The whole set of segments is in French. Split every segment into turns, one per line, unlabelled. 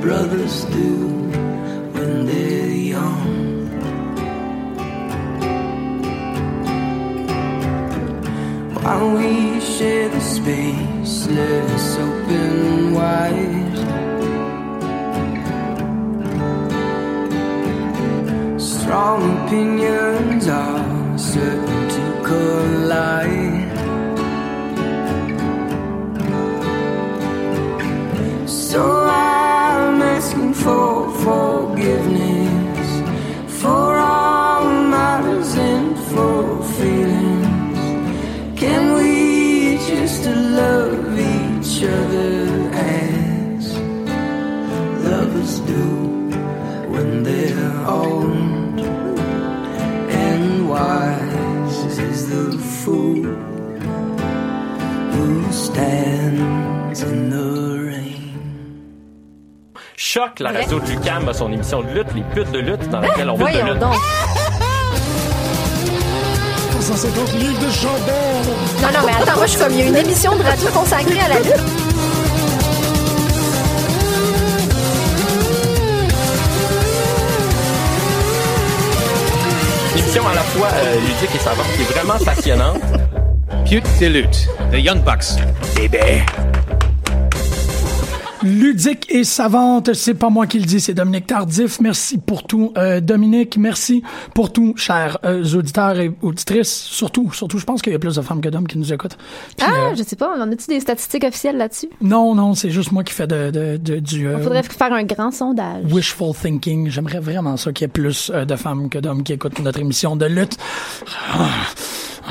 brothers do when they're young. While we share the space, let us open wide. Strong opinions are certain to collide. So I'm asking for forgiveness for all my resentful feelings. Can we just love each other as lovers do when they're old and wise is the fool who stands in the rain?
Choc, la radio de Lucam a son émission de lutte, les putes de lutte, dans laquelle on parle de
Ben, Voyons
lutte.
donc.
150 livres de chambon.
Non, non, mais attends, moi, je suis comme, il y a une émission de radio consacrée à la lutte.
Une émission à la fois euh, ludique et savante qui est vraiment passionnante.
Pute de lutte, The Young Bucks.
Ludique et savante, c'est pas moi qui le dis, c'est Dominique Tardif. Merci pour tout, euh, Dominique. Merci pour tout, chers euh, auditeurs et auditrices. Surtout, surtout, je pense qu'il y a plus de femmes que d'hommes qui nous écoutent. Puis,
Ah,
euh,
je sais pas, on a-tu des statistiques officielles là-dessus?
Non, non, c'est juste moi qui fais de, de- de- du euh,
Il faudrait faire un grand sondage.
wishful thinking. J'aimerais vraiment ça qu'il y ait plus euh, de femmes que d'hommes qui écoutent notre émission de lutte. Ah,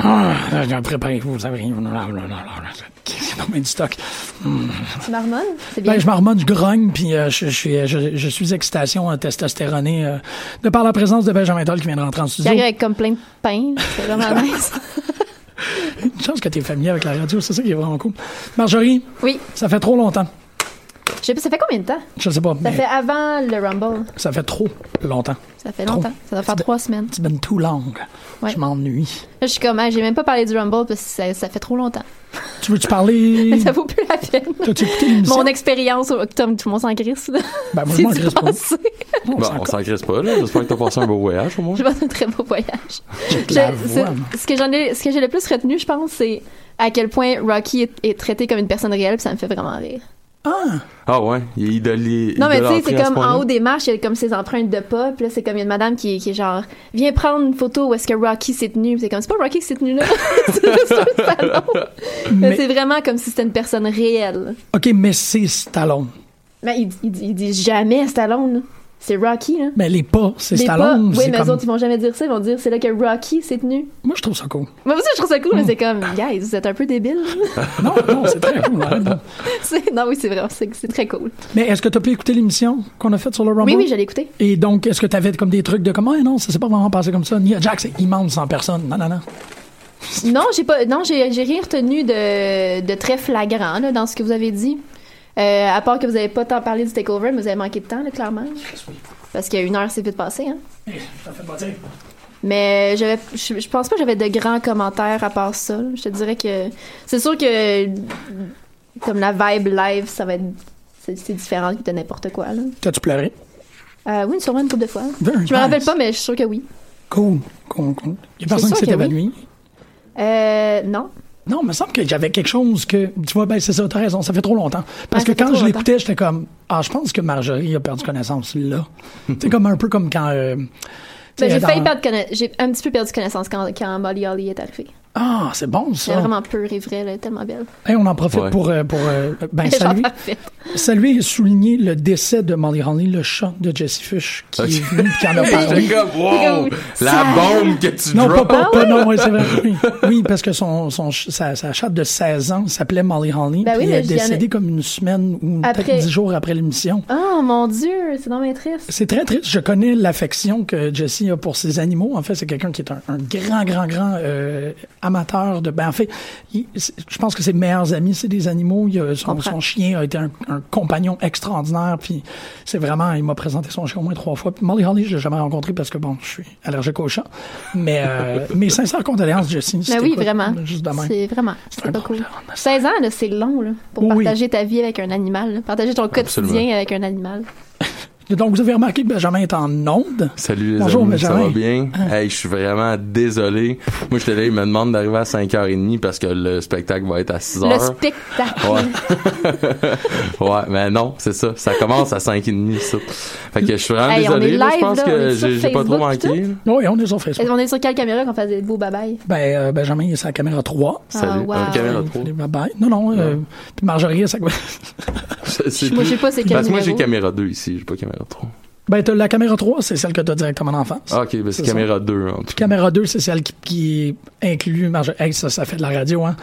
ah, Préparez-vous, vous avez... C'est pas bien du stock.
Tu marmonnes? C'est bien.
Ben, je marmonne, je grogne, puis euh, je, je suis, je, je suis excitation euh, testostéronée euh, de par la présence de Benjamin Doll qui vient de rentrer en
Il
studio.
arrive avec comme plein de pain. C'est vraiment nice.
Une chance que t'es familier avec la radio, c'est ça qui est vraiment cool. Marjorie,
Oui.
ça fait trop longtemps.
Je sais pas, ça fait combien de temps?
Je sais pas,
Ça
mais
fait avant le Rumble.
ça fait trop longtemps.
Ça fait
Trop.
longtemps. Ça doit faire
C'est-
trois semaines.
It's been too long.
Ouais.
Je m'ennuie.
Là, je suis comme, ah, j'ai même pas parlé du Rumble parce que ça, ça fait trop longtemps.
Tu veux-tu parler...
Ça vaut plus la peine.
T'as-tu écouté l'émission?
Mon expérience au octobre, tout le monde s'en crisse. là.
Ben, moi, je
C'est
m'en
du
crisse pas.
passé.
Non,
Bon,
c'est
on
encore-
s'en crisse pas, là. J'espère que t'as passé un beau voyage, au moins.
Je passe un très beau voyage. Je-
la
c'est-
vois, moi.
ce que j'en ai, ce que j'ai le plus retenu, je pense, c'est à quel point Rocky est, est traité comme une personne réelle, puis ça me fait vraiment rire.
Ah!
Ah ouais, il est idolé.
Non, mais tu sais,
idolâtré
c'est
à ce
comme
point-là.
en haut des marches, il y a comme ses empreintes de pas, puis là, c'est comme il y a une madame qui, qui est genre, viens prendre une photo où est-ce que Rocky s'est tenu. Puis C'est comme, c'est pas Rocky qui s'est tenu là. c'est juste un salon. Mais C'est vraiment comme si c'était une personne réelle.
OK, mais c'est Stallone.
Mais il, il, dit- il dit jamais Stallone. là. C'est Rocky, là.
Mais les pas, c'est
Les pas-
Stallone.
Oui,
c'est
mais
comme-
eux autres, ils vont jamais dire ça. Ils vont dire, c'est là que Rocky s'est tenu.
Moi, je trouve ça cool.
Moi aussi, je trouve ça cool, mais c'est comme, guys, vous êtes un peu débiles.
Non, non, c'est très cool. arrête donc.
C'est- non, oui, c'est vrai, c'est c'est très cool.
Mais est-ce que t'as pu écouter l'émission qu'on a faite sur le Rumble?
Oui, oui, je l'ai écouté.
Et donc, est-ce que tu avais comme des trucs de comment non, ça s'est pas vraiment passé comme ça. Nia Jax est immense en personne. Non, non, non.
Non, j'ai pas, non, j'ai j'ai rien retenu de, de très flagrant là, dans ce que vous avez dit. Euh, à part que vous avez pas tant parlé du takeover, mais vous avez manqué de temps, là, clairement. Parce qu'une heure, c'est vite passé. Hein. Mais j'avais, je, je pense pas que j'avais de grands commentaires à part ça. là. Je te dirais que c'est sûr que comme la vibe live, ça va être c'est c'est différent que de n'importe quoi. Là.
T'as-tu pleuré?
Euh, oui, sûrement une couple de fois.
Very
Je me rappelle
nice.
pas, mais je suis sûre que oui.
Cool, cool, cool. Il y a personne
sûr
qui s'est
que oui.
évanoui.
Euh, non.
Non, il me semble que j'avais quelque chose que. Tu vois, ben, c'est ça, t'as raison, ça fait trop longtemps. Parce
Ouais, ça
que
fait
quand
trop
je
longtemps.
l'écoutais, j'étais comme. Ah, je pense que Marjorie a perdu connaissance là. c'est comme un peu comme quand. euh, tu sais,
Ben, j'ai
dans-
failli perdre connaissance. J'ai un petit peu perdu connaissance quand, quand Molly Holly est arrivée.
Ah, c'est bon
Elle est
ça.
vraiment pure et vraie, elle est tellement belle.
Hey, on en profite
Ouais.
pour. euh, pour euh, ben,
Elle est genre
saluer,
parfaite.
saluer et souligner le décès de Molly Holly, le chat de Jesse Fish, qui est venu et qui en a parlé.
J'étais comme, wow!
Comme,
La bombe que tu
Non, pas,
drops!
pas, pas- non, ouais, c'est vrai. Oui, Oui, parce que son, son, ch- sa, sa chatte de 16 ans s'appelait Molly Holly.
Ben oui,
puis
mais
elle est
j'y en ai-
décédée comme une semaine ou
Après-
peut-être 10 jours après l'émission.
Oh mon dieu, c'est dans mes tristes.
C'est très triste. Je connais l'affection que Jesse a pour ses animaux. En fait, c'est quelqu'un qui est un, un grand, grand, grand euh, amateur de. Ben, en fait, il- c'est- je pense que ses meilleurs amis, c'est des animaux. Il a- son,
Comprends.
son chien a été un, un un compagnon extraordinaire. Puis c'est vraiment, il m'a présenté son chien au moins trois fois. Puis Molly Holly, je l'ai jamais rencontré parce que bon, je suis allergique au chat. Mais euh, mes sincères condoléances, Jessie. si
Mais Ben oui,
t'écoutes,
vraiment.
Juste de même.
C'est vraiment.
un
C'est pas
bon
cool.
plan, mais ça-
16 ans, là, c'est long là, pour
Oui.
partager ta vie avec un animal. là. Partager ton
Absolument.
quotidien avec un animal.
Donc vous avez remarqué que Benjamin est en onde.
Salut les
Bonjour,
amis,
Benjamin.
ça va bien?
Ah.
Hey, je suis vraiment désolé. Moi, j'étais là, il me demande d'arriver à 5h30 parce que le spectacle va être à 6h.
Le spectacle.
Ouais. ouais, mais non, c'est ça. Ça commence à 5h30, ça. Fait que je suis vraiment
Hey, on est
désolé. là,
live,
je pense
là, on est
que
sur
j'ai j'ai pas trop
Facebook,
manqué. là.
Oui, on est sur Facebook.
On est sur quelle caméra qu'on faisait des beaux babayes?
Ben, euh, Benjamin, il est sa caméra 3.
Salut.
wow.
Ah, caméra
Allez,
3.
Bye bye. Non, non. euh, puis Marjorie, ça...
Je sais
Moi,
plus.
je sais pas c'est quel
Parce que moi, j'ai
numéro.
caméra 2 ici, j'ai pas caméra 3.
ben, t'as la caméra 3, c'est celle que t'as directement en face.
Ah, ok, ben c'est
ça.
caméra 2, en tout cas.
Caméra 2, c'est celle qui, qui inclut Marjorie. Hey, ça, ça fait de la radio, hein.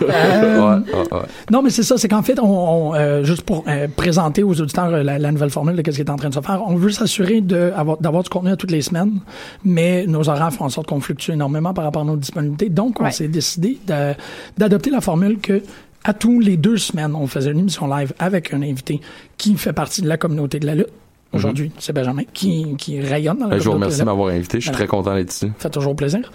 Ouais, ouais, ouais.
Non, mais c'est ça, c'est qu'en fait, on, on, euh, juste pour euh, présenter aux auditeurs euh, la, la nouvelle formule de qu'est-ce qui est en train de se faire, on veut s'assurer de avoir- d'avoir du contenu à toutes les semaines, mais nos horaires font en sorte qu'on fluctue énormément par rapport à nos disponibilités. Donc, on
Ouais.
s'est décidé d'a- d'adopter la formule que à tous les deux semaines, on faisait une émission live avec un invité qui fait partie de la communauté de la lutte. Aujourd'hui, c'est Benjamin qui, qui rayonne dans la
Mm-hmm. Ben, je
communauté de
vous remercie
la
de
lutte.
m'avoir invité. Je suis
Voilà.
très content d'être ici.
Ça fait toujours plaisir.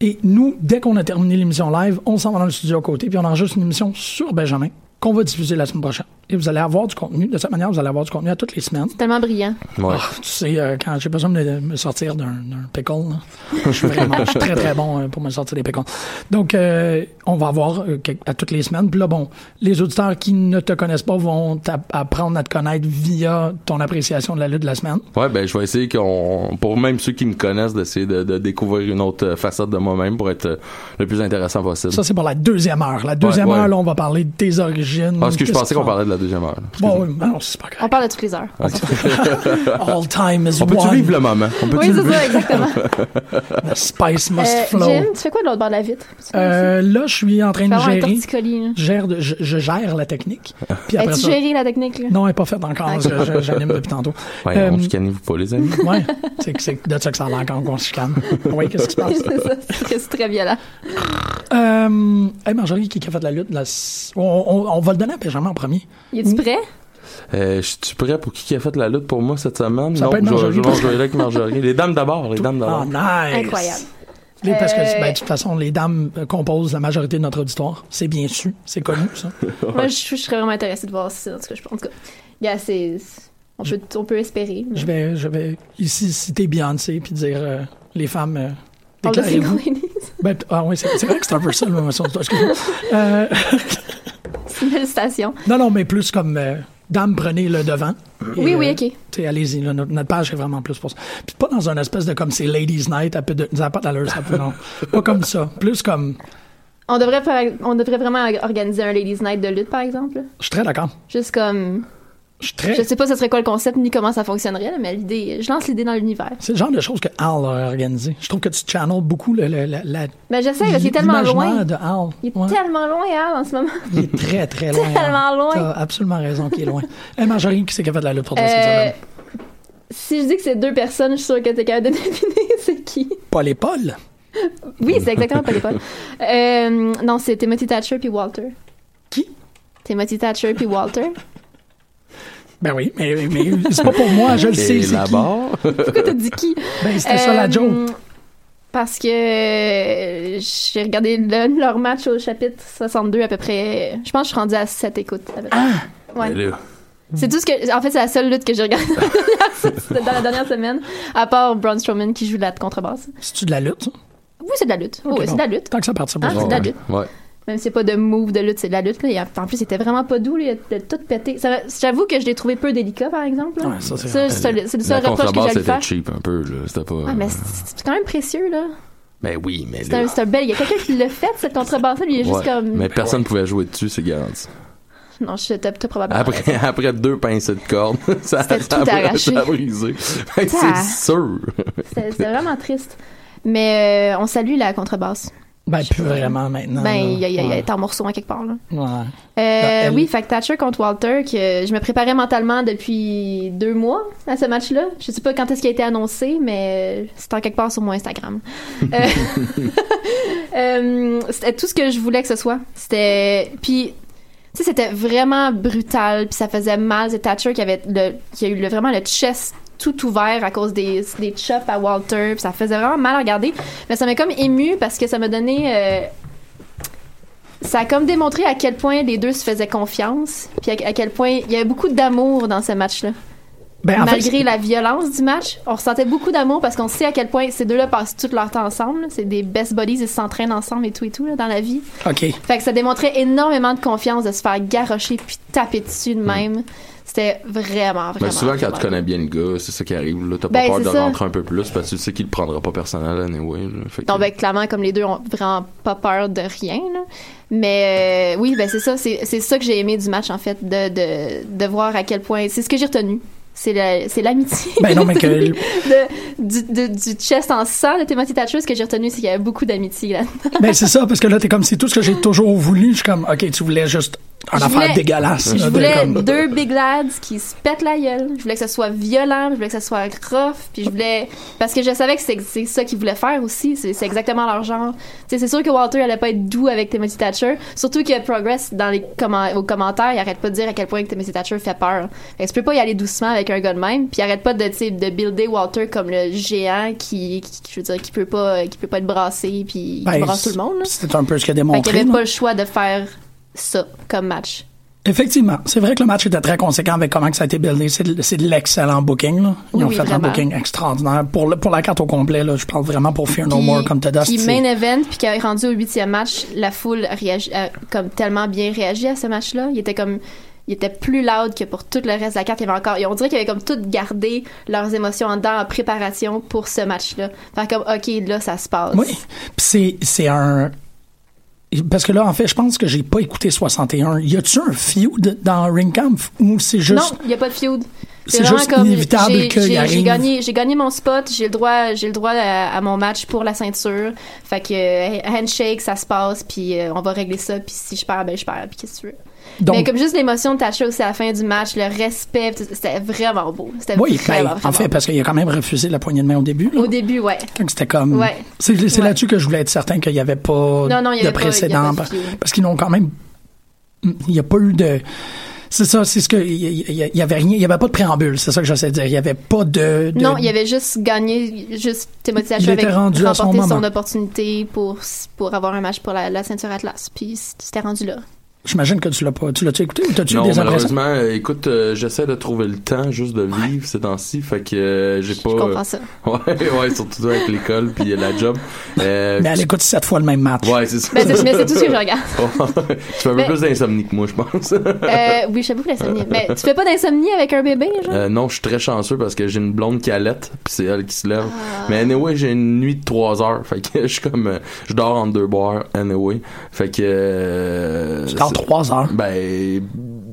Et nous, dès qu'on a terminé l'émission live, on s'en va dans le studio à côté, puis on enregistre une émission sur Benjamin qu'on va diffuser la semaine prochaine. Et vous allez avoir du contenu. De cette manière, vous allez avoir du contenu à toutes les semaines.
Tellement brillant.
Ouais.
Ah, tu sais, euh, quand j'ai besoin de de me sortir d'un d'un pickle, là, je suis vraiment je suis très très bon euh, pour me sortir des pickles. Donc, euh, on va avoir euh, quel- à toutes les semaines. Puis là, bon, les auditeurs qui ne te connaissent pas vont t'app- apprendre à te connaître via ton appréciation de la lutte de la semaine.
Ouais, ben je vais essayer qu'on pour même ceux qui me connaissent d'essayer de, de découvrir une autre euh, facette de moi-même pour être euh, le plus intéressant possible.
Ça, c'est pour la deuxième heure. La deuxième
Ouais, ouais.
heure, là, on va parler de tes origines.
Parce Ah, que je
Qu'est-ce
pensais
que
qu'on
tu
parlait de la deuxième heure.
Bon, oui, mais non, c'est pas
On
grave.
parle de toutes les heures.
All time is
On peut-tu
one.
vivre le moment? On peut-tu
Oui,
le
c'est
vivre?
ça, exactement.
The spice must
Euh,
flow.
Jim, tu fais quoi de l'autre bord de la vitre? Tu peux
Euh, là, je suis en train de
avoir un
gérer.
torticolis. là.
Gère de- je, je gère la technique. Puis après
As-tu
ça.
géré la technique? Là?
Non, elle n'est pas faite encore. Je- je- J'anime depuis tantôt.
Ouais,
Euh,
on chicane vous pas, les amis.
Ouais, c'est c'est de ça que ça a l'air quand on se calme. Oui, qu'est-ce qui se passe?
c'est ça, c'est c'est très violent.
Euh, hey, Marjorie, qui qui a fait de la lutte? là, c'est- on, on- on va le donner à Benjamin en premier.
Y es-tu prêt?
Euh, je suis prêt pour qui qui a fait la lutte pour moi cette semaine?
Ça
non,
peut être
je vais-
Marjorie.
je vais jouer avec Marjorie. Les dames d'abord, les dames
Ah,
d'abord.
nice!
Incroyable.
Les- parce que,
Euh,
ben, de toute façon, les dames euh, composent la majorité de notre auditoire. C'est bien su, c'est connu, ça.
Moi, je, je serais vraiment intéressée de voir ça. En tout cas, je pense que. Gars, c'est. On peut, on peut espérer. mais-
Je vais, je vais ici citer Beyoncé puis dire euh, les femmes. euh,
On l'a fait
déclarez-vous. Ben, t- ah oui, c'est c'est vrai que c'est un peu ça, le moment. Excuse-moi. Euh,
C'est une belle station.
non, non, mais plus comme euh, dame, prenez le devant. Et,
Oui, oui,
euh,
ok.
tu sais, allez-y, là, notre, notre page est vraiment plus pour ça. Puis pas dans un espèce de comme c'est Ladies Night, à peu de, ça a pas d'allure, ça a peu, non. Pas comme ça. Plus comme,
On devrait, faire- on devrait vraiment organiser un Ladies Night de lutte, par exemple.
je suis très d'accord.
Juste comme.
Je suis très.
Je sais pas ce serait quoi le concept ni comment ça fonctionnerait, là, mais l'idée. Je lance l'idée dans l'univers.
C'est le genre de choses que Al a organisé. Je trouve que tu channels beaucoup le, le- la, la,
Mais j'essaie, parce qu'il est tellement
l'imaginaire
loin.
de Al.
Il est
Ouais.
tellement loin, Al, en ce moment.
Il est très, très loin.
Tellement
hein.
loin.
T'as absolument raison qu'il est loin. Hey, Marjorie, qui c'est qui a fait de la lutte pour toi cette
Euh,
semaine?
si je dis que c'est deux personnes, je suis sûre que t'es capable de deviner c'est qui.
Paul et Paul.
Oui, c'est exactement pas l'époque. Euh, non, c'est Timothy Thatcher puis Walter.
Qui?
Timothy Thatcher puis Walter.
Ben oui, mais, mais c'est pas pour moi, je le sais,
Et
c'est qui.
d'abord,
Pourquoi t'as dit qui?
Ben, c'était ça la
Euh,
joke.
Parce que euh, j'ai regardé le- leur match au chapitre 62 à peu près. Je pense que je suis rendue à 7 écoutes. à peu près.
Ah!
Ouais.
ben là,
C'est tout ce que. En fait, c'est la seule lutte que j'ai regardée dans la dernière- dans la dernière semaine, à part Braun Strowman qui joue de la contrebasse.
C'est-tu de la lutte? ça?
Oui, c'est de la lutte.
Ok,
oui,
bon.
c'est de la lutte.
Tant que ça participe
Ah,
au
c'est de la lutte.
ouais.
Même si c'est pas de move de lutte, c'est de la lutte. Là. Et En plus, c'était vraiment pas doux, là. il a tout pété. Ça- J'avoue que je l'ai trouvé peu délicat, par exemple. là.
Ouais, ça, c'est
Ça, c'est le- c'est le
La
seul reproche que
contrebasse
j'allais
était
faire.
cheap un peu, là. C'était pas.
Ah, mais c'est c'est quand même précieux, là.
Ben oui, mais
C'est un,
là.
c'est un bel. Il y a quelqu'un qui l'a fait, cette contrebasse-là. Il est juste
Ouais.
comme.
Mais personne pouvait jouer dessus, c'est garanti.
Non, je t'as t'as probablement.
Après, après deux pincées de corde, ça,
C'était
ça,
tout
a-
arraché.
ça a brisé. Fait que
Ça-
c'est sûr.
C'était c'était vraiment triste. Mais euh, on salue la contrebasse.
Ben, plus vraiment maintenant.
ben, il y a- il y a- elle
Ouais.
est en morceaux en quelque part. Là.
Ouais.
Euh,
elle-
Oui, fait que Thatcher contre Walter, que je me préparais mentalement depuis deux mois à ce match-là. Je sais pas quand est-ce qu'il a été annoncé, mais c'est en quelque part sur mon Instagram. Euh, euh, c'était tout ce que je voulais que ce soit. C'était. Puis. sais, c'était vraiment brutal, puis ça faisait mal. C'est Thatcher qui avait le, qui a eu le- vraiment le chest tout ouvert à cause des, des chops à Walter, puis ça faisait vraiment mal à regarder. Mais ça m'a comme ému parce que ça m'a donné. euh, ça a comme démontré à quel point les deux se faisaient confiance, puis à, à quel point il y avait beaucoup d'amour dans ce match-là.
Ben, en fait,
Malgré la violence du match, on ressentait beaucoup d'amour parce qu'on sait à quel point ces deux-là passent tout leur temps ensemble. là. C'est des best buddies, ils s'entraînent ensemble et tout et tout là, dans la vie.
OK.
Fait que ça démontrait énormément de confiance de se faire garrocher puis taper dessus
Mm.
de même. C'était vraiment, vraiment.
Mais souvent, quand
vraiment
tu connais bien le gars, c'est ça qui arrive. Là, t'as pas
Ben,
peur
c'est
de
ça.
rentrer un peu plus parce que tu sais qu'il le prendra pas personnel anyway. là. Fait que-
Donc, ben, clairement, comme les deux ont vraiment pas peur de rien. là. Mais euh, oui, ben, c'est ça. C'est c'est ça que j'ai aimé du match, en fait, de, de, de voir à quel point. C'est ce que j'ai retenu. C'est la- c'est l'amitié.
Ben non, mais que-
de- du, de- du chest en sang de Timothy Thatcher, ce que j'ai retenu, c'est qu'il y avait beaucoup d'amitié là
Ben, c'est ça, parce que là, t'es comme, c'est tout ce que j'ai toujours voulu. Je suis comme, OK, tu voulais juste un
Je
affaire
voulais-
dégueulasse. là,
Je
de
voulais
comme-
deux big lads qui se pètent la gueule. Je voulais que ce soit violent, je voulais que ce soit rough, puis je voulais parce que je savais que c'est c'est ça qu'ils voulaient faire aussi. C'est c'est exactement leur genre. Tu sais, c'est sûr que Walter allait pas être doux avec Timothy Thatcher, surtout que Progress dans les comment- aux commentaires, il arrête pas de dire à quel point que Timothy Thatcher fait peur. Fait que tu peux pas y aller doucement avec un gars de même, puis il arrête pas de tu sais, de builder Walter comme le géant qui, qui- je veux dire qui peut pas qui peut pas être brassé puis qui
Ben,
brasse tout le monde. là.
C'était un peu ce qu'il a
Fait qu'il
démontré.
avait
là.
pas le choix de faire ça comme match.
Effectivement, c'est vrai que le match était très conséquent avec comment que ça a été buildé. C'est de, c'est de l'excellent booking. Là. Ils
Oui,
ont
oui,
fait un
vraiment.
booking extraordinaire. Pour, le, pour la carte au complet, là, je parle vraiment pour Fear No
qui-
More comme Dust.
Qui
c'est-
main event, puis qui a rendu au huitième match, la foule réagi, a comme tellement bien réagi à ce match-là. Il était comme il était plus loud que pour tout le reste de la carte. Il y avait encore, on dirait qu'ils avaient comme tout gardé leurs émotions en dedans en préparation pour ce match-là. Faire comme ok là ça se passe.
Oui. Puis c'est, c'est un. Parce que là, en fait, je pense que j'ai pas écouté 61. Y a-tu un feud dans Ring Camp ou c'est juste.
Non, il n'y a pas de feud.
C'est
vraiment
juste
comme,
inévitable
j'ai-
qu'il
j'ai-
arrive.
J'ai gagné, j'ai gagné mon spot, j'ai le droit, j'ai le droit à, à mon match pour la ceinture. Fait que euh, handshake, ça se passe, puis euh, on va régler ça. Puis si je perds, ben je perds. Puis qu'est-ce que tu veux
Donc-
Mais comme juste l'émotion de Tacha aussi à la fin du match, le respect, tout- c'était vraiment beau. C'était
Oui, ben,
vraiment,
en
vraiment
fait,
beau.
parce qu'il a quand même refusé la poignée de main au début. là.
au début, ouais.
Quand c'était comme.
Ouais.
C'est, c'est
Ouais.
là-dessus que je voulais être certain qu'il n'y avait pas
Non, non, il y
de
avait pas- il y
précédent.
avait pas de feud.
parce qu'ils n'ont quand même. Il n'y a pas eu de. C'est ça, c'est ce que. Il y- il y avait rien. Il n'y avait pas de préambule, c'est ça que j'essaie de dire. Il n'y avait pas de. de-
Non, il avait juste gagné, juste Timothy Thatcher
Il était
avec
rendu à son
remporté son,
moment.
opportunité pour, pour avoir un match pour la, la ceinture Atlas. Puis c'était rendu là.
J'imagine que tu l'as pas. Tu l'as-tu écouté ou t'as-tu eu
Non,
des impressions?
malheureusement, euh, écoute, euh, j'essaie de trouver le temps juste de vivre ces temps-ci, fait que euh, j'ai pas.
Je comprends ça.
Ouais, ouais, surtout avec l'école puis la job. Euh,
Mais elle écoute sept fois le même match.
Ouais, c'est ça.
Ben, c'est- mais c'est tout ce que je regarde.
Ouais. tu fais un peu
Mais-
plus d'insomnie que moi, je pense.
Euh, oui, j'avoue que l'insomnie. Mais tu fais pas d'insomnie avec un bébé, genre?
Euh, non, je suis très chanceux parce que j'ai une blonde qui allait, puis c'est elle qui se lève.
Ah.
Mais anyway, j'ai une nuit de 3 heures, fait que je suis comme euh, je dors en deux boires anyway, fait que euh,
Tu dors
c'est-
trois heures.
Ben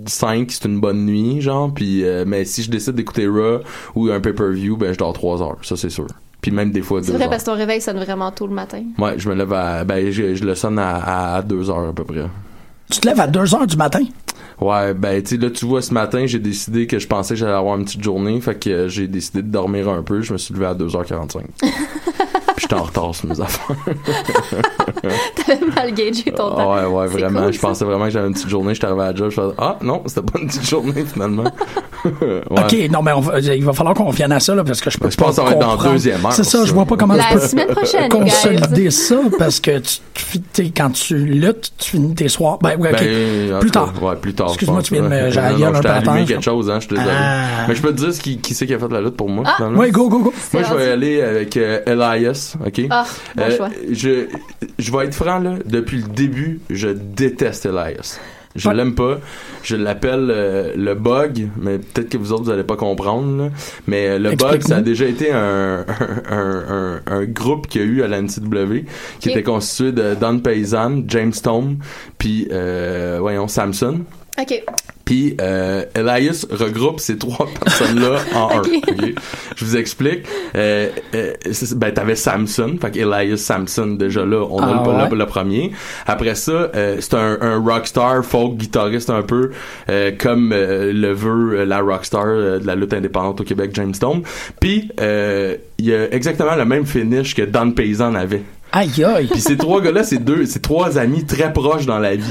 5, c'est une bonne nuit genre puis euh, mais si je décide d'écouter Raw ou un pay-per-view, ben je dors 3 heures, ça c'est sûr. Puis même des fois
C'est
2
vrai
heures.
parce que ton réveil sonne vraiment tôt le matin.
Ouais, je me lève à ben je, je le sonne à, à 2 heures à peu près.
Tu te lèves à 2 heures du matin.
Ouais, ben tu sais, là tu vois ce matin, j'ai décidé que je pensais que j'allais avoir une petite journée, fait que euh, j'ai décidé de dormir un peu, je me suis levé à 2h45. Puis j'étais en retard sur mes affaires. Ah
T'avais mal gagé ton temps.
ouais, ouais,
C'est
vraiment,
cool,
je
ça.
pensais vraiment que j'avais une petite journée, j'étais arrivé à la job, je faisais ah non, c'était pas une petite journée finalement. ouais.
OK, non, mais on va- il va falloir qu'on revienne à ça, là, parce que je peux
Ben, je pense
pas
que ça va être dans
comprendre.
deuxième heure,
C'est ça,
ça.
je vois pas comment tu
La
peux
semaine prochaine, guys.
consolider ça, parce que tu, tu- t'sais, quand tu luttes, tu finis tes soirs. Ben, ouais, OK.
Ben, en
plus
tout
tard.
cas, Ouais, plus tard. je
Excuse-moi,
pense,
tu viens de
ouais.
me- j'ai la
Non,
gueule
non,
un
je t'ai
peu à terre,
allumé
je
quelque chose, hein, je suis désolé.
Ah.
Mais je peux te dire ce qui, qui c'est qui a fait la lutte pour moi finalement.
Ouais, go, go, go.
Ah. C'est
Moi, je vais
rendu-
aller avec euh, Elias, OK?
Ah, bon
Euh,
choix.
Je, je vais être franc, là. Depuis le début, je déteste Elias. Je
Ouais.
l'aime pas. Je l'appelle euh, le bug, mais peut-être que vous autres, vous allez pas comprendre, là. Mais euh, le bug,
Explique-nous.
ça a déjà été un, un, un, un- un groupe qu'il y a eu à la NCW, qui
Ok.
était constitué de Don Paysan, James Tome, puis, euh, voyons, Samson.
Ok.
Puis euh, Elias regroupe ces trois personnes-là en
Ok.
un. ok? Je vous explique. Euh, euh, c'est- ben t'avais Samson, fait que Elias Samson déjà là, on a
Ah
le-
ouais.
le, le premier. Après ça, euh, c'est un, un rockstar, folk guitariste un peu euh, comme euh, le veut euh, la rockstar euh, de la lutte indépendante au Québec, James Stone. Puis euh, il y a exactement le même finish que Dan Paysan avait.
Aïe, aïe.
Puis ces trois gars-là, c'est deux, c'est trois amis très proches dans la vie.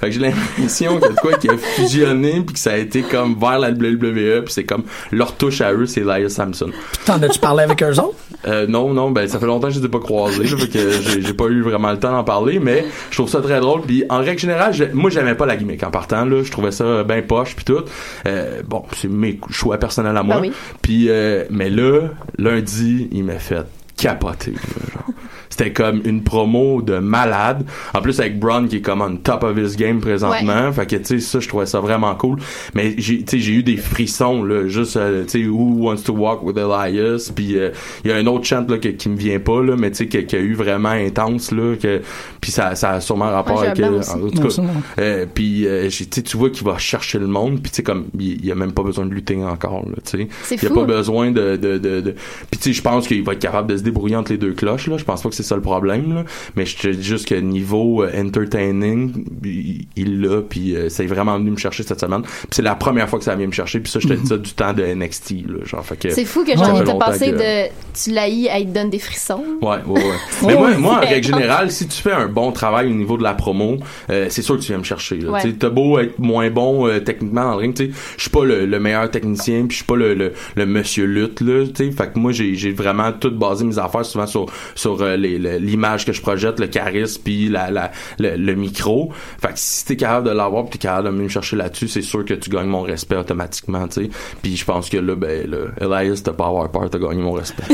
Fait que j'ai l'impression que quoi qui a fusionné puis que ça a été comme vers la WWE puis c'est comme leur touche à eux, c'est Elias Samson.
Putain, as-tu parlé avec eux autres?
Euh, non, non, ben ça fait longtemps que je les ai pas croisés, là, fait que j'ai, j'ai pas eu vraiment le temps d'en parler, mais je trouve ça très drôle. Puis en règle générale, je- moi j'aimais pas la gimmick en partant, là, je trouvais ça bien poche puis tout. Euh, bon, c'est mes choix personnels à moi.
Ben oui.
Puis euh, mais là, lundi, il m'a fait capoter. là, genre. C'était comme une promo de malade. En plus avec Braun qui est comme on top of his game présentement. Fait que tu sais ça je trouvais ça vraiment cool. Mais j'ai tu sais j'ai eu des frissons là juste euh, tu sais who wants to walk with Elias puis euh, il y a un autre chant là que- qui me vient pas là mais tu sais que- qui a eu vraiment intense là que puis ça ça a sûrement rapport
Ouais, j'ai
avec
un blanc
euh,
aussi.
en tout
Non,
cas,
ça, non.
euh, puis euh, j'ai- tu sais, tu vois qu'il va chercher le monde puis tu sais comme il, il a même pas besoin de lutter encore là tu sais.
C'est
Il a
fou.
pas besoin de, de, de, de- Puis tu sais, je pense qu'il va être capable de se débrouiller entre les deux cloches, là. Je pense pas que c'est ça le problème, là. Mais je te dis juste que niveau euh, entertaining, il il l'a, puis euh, c'est vraiment venu me chercher cette semaine. Puis c'est la première fois que ça vient me chercher, puis ça, je te dis ça du temps de NXT, là. Genre, fait que...
C'est fou que
Ça fait
j'en étais
longtemps
passé
que-
de tu l'haïs à il te donne des frissons.
Ouais, ouais, ouais. Mais moi,
Ouais.
moi, en règle générale, si tu fais un bon travail au niveau de la promo, euh, c'est sûr que tu viens me chercher. là.
Ouais.
Tu sais, T'as beau être moins bon euh, techniquement dans le ring, tu sais, je suis pas le, le meilleur technicien, puis je suis pas le, le, le monsieur lutte là. tu sais. Fait que moi, j'ai j'ai vraiment tout basé mes affaires souvent sur sur euh, les- le- l'image que je projette, le charisme, puis la, la le, le micro. Fait que si t'es capable de l'avoir, puis t'es capable de venir me chercher là-dessus, c'est sûr que tu gagnes mon respect automatiquement, tu sais. Puis je pense que là, ben, là, Elias, t'as pas à avoir peur, t'as gagné mon respect.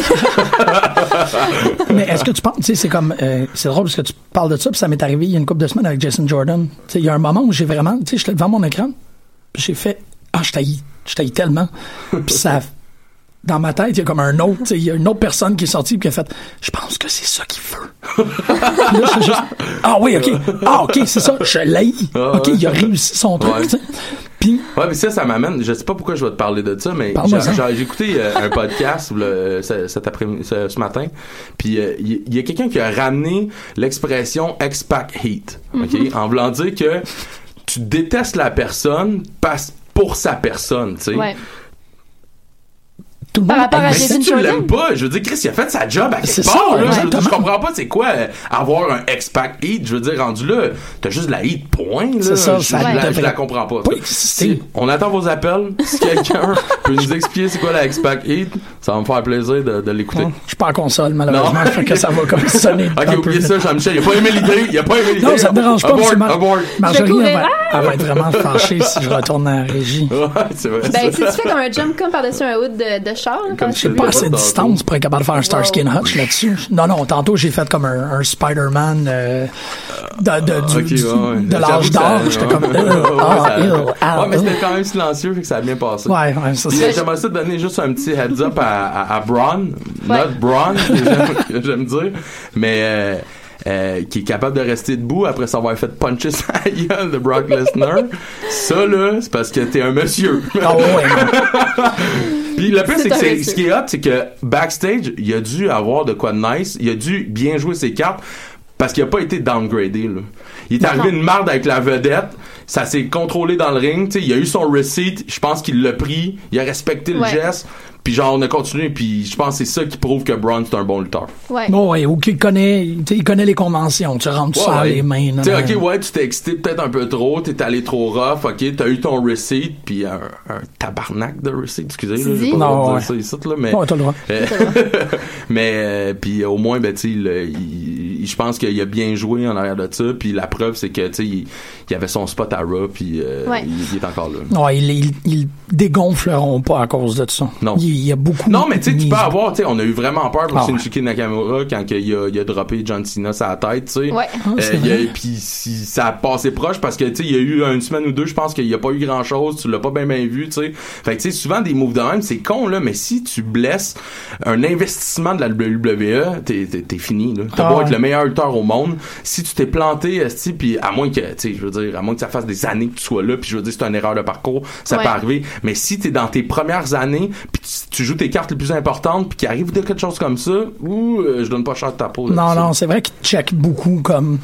Mais est-ce que tu penses, tu sais, c'est comme, euh, c'est drôle parce que tu parles de ça, puis ça m'est arrivé il y a une couple de semaines avec Jason Jordan. Tu sais, il y a un moment où j'ai vraiment, tu sais, j'étais devant mon écran, puis j'ai fait, ah, je t'haïs, je t'haïs tellement. Puis ça, dans ma tête, il y a comme un autre, tu sais, il y a une autre personne qui est sortie, puis qui a fait, je pense que c'est ça qu'il veut. Puis là, j'étais juste, ah oui, ok, ah ok, c'est ça, je l'haïs.
Ah,
Ok,
ouais.
il a réussi son truc,
Ouais.
tu sais. Puis,
Ouais, mais ça, ça m'amène. Je sais pas pourquoi je vais te parler de ça, mais
Parle-moi
j'ai
ça.
j'ai- j'ai écouté euh, un podcast là, euh, ce- cet après ce, ce matin, puis euh, il y, y a quelqu'un qui a ramené l'expression expat heat, ok,
Mhm.
en voulant dire que tu détestes la personne passe pour sa personne, tu sais.
Ouais.
tout le
Par
monde
rapport à
Mais
haïssait-
si
Jason
tu l'aimes
Jordan.
pas, je veux dire, Chris, il a fait sa job à
C'est
quelque
ça,
part, là. Je veux dire,
exactement.
Je, comprends pas c'est quoi euh, avoir un expat heat. Je veux dire, rendu là, t'as juste de la heat point, là.
C'est ça,
je,
ça
je la,
devrait
je la comprends pas.
pas
ça.
exister.
Si- on attend vos appels. Si quelqu'un peut nous expliquer c'est quoi la expat heat, ça va me faire plaisir de, de l'écouter.
Je suis pas en console, malheureusement,
Non.
fait que ça va comme sonner. Ah, un
Ok,
peu
oubliez
vite.
ça, Jean-Michel. Il a pas aimé l'idée. Il a pas aimé l'idée.
Non, ça me dérange pas,
Abort,
c'est Mar-
abort.
Marjorie,
Je
elle va,
courrai.
elle va être vraiment fâchée si je retourne à la régie.
Ouais, c'est vrai.
Ben, si
ça.
tu fais comme un jump comme par-dessus un hood de, de char, là, quand
Comme
tu
tu
Pas
le-
le-
assez de distance pour être capable de faire un Starsky and Hutch là-dessus. Non, non, tantôt j'ai fait comme un, un Spider-Man euh, de, de, du-
Ah, Ok,
du-
ouais, ouais.
de
J'avoue
l'âge
que ça-
d'or. J'étais comme...
Ouais, ouais,
euh, ah,
ouais,
euh,
ça-
ah,
Ouais, mais
euh.
c'était quand même silencieux, fait que ça a bien passé.
Ouais, ouais, ça
Puis,
c'est...
euh, J'aimerais ça donner juste un petit heads up à, à, à Braun, notre Braun, que j'aime- que j'aime dire, mais euh, euh, qui est capable de rester debout après s'avoir fait puncher sa gueule de Brock Lesnar. ça, là, c'est parce que t'es un monsieur.
Ah ouais, ouais.
Puis le pire, c'est que
un
c'est-
monsieur.
ce qui est hot, c'est que backstage, il a dû avoir de quoi de nice, il a dû bien jouer ses cartes parce qu'il a pas été downgradé. Là. Il est arrivé une marde avec la vedette, ça s'est contrôlé dans le ring, tu sais, il a eu son receipt, je pense qu'il l'a pris, il a respecté le
Ouais.
geste, puis genre on a continué, puis je pense que c'est ça qui prouve que Braun c'est un bon lutteur.
Ouais.
Bon, ouais, ou qu'il connaît, tu sais, il connaît les conventions. Tu rentres ça
ouais.
les mains. non,
Tu sais,
non,
ok,
non.
ouais, tu t'es excité peut-être un peu trop, t'es allé trop rough, ok, t'as eu ton receipt, puis un, un tabarnak de receipt, excusez, là, j'ai
dis?
pas le droit
Non,
de dire ça ici, là, mais...
Ouais, t'as le droit.
Euh, mais euh, puis au moins ben tu sais il- il- il- je pense qu'il a bien joué en arrière de ça puis la preuve c'est que tu sais il, il avait son spot à Raw puis euh,
Ouais.
il, il est encore là.
Ouais, ils, ils, ils dégonfleront pas à cause de ça.
Non.
Il, il y a beaucoup...
Non mais tu sais tu
mis-
peux avoir tu sais on a eu vraiment peur pour
Ah ouais.
Shinsuke Nakamura quand que il a il a droppé John Cena sa tête tu sais.
Ouais.
Ah,
Euh,
c'est
il y
vrai.
a- puis si ça a passé proche parce que tu sais il y a eu une semaine ou deux je pense qu'il y a pas eu grand chose tu l'as pas bien bien vu tu sais fait que tu sais souvent des moves de même c'est con là mais si tu blesses un investissement de la WWE t'es t'es- t'es fini là t'as
Ah
beau
ouais.
être le meilleur lutteur au monde si tu t'es planté esti puis à moins que tu sais je veux dire à moins que ça fasse des années que tu sois là puis je veux dire c'est une erreur de parcours ça
Ouais.
peut arriver mais si t'es dans tes premières années puis tu, tu joues tes cartes les plus importantes puis qu'il arrive de quelque chose comme ça ou euh, je donne pas cher de ta peau là,
Non,
tu sais.
non, c'est vrai qu'ils checkent beaucoup comme...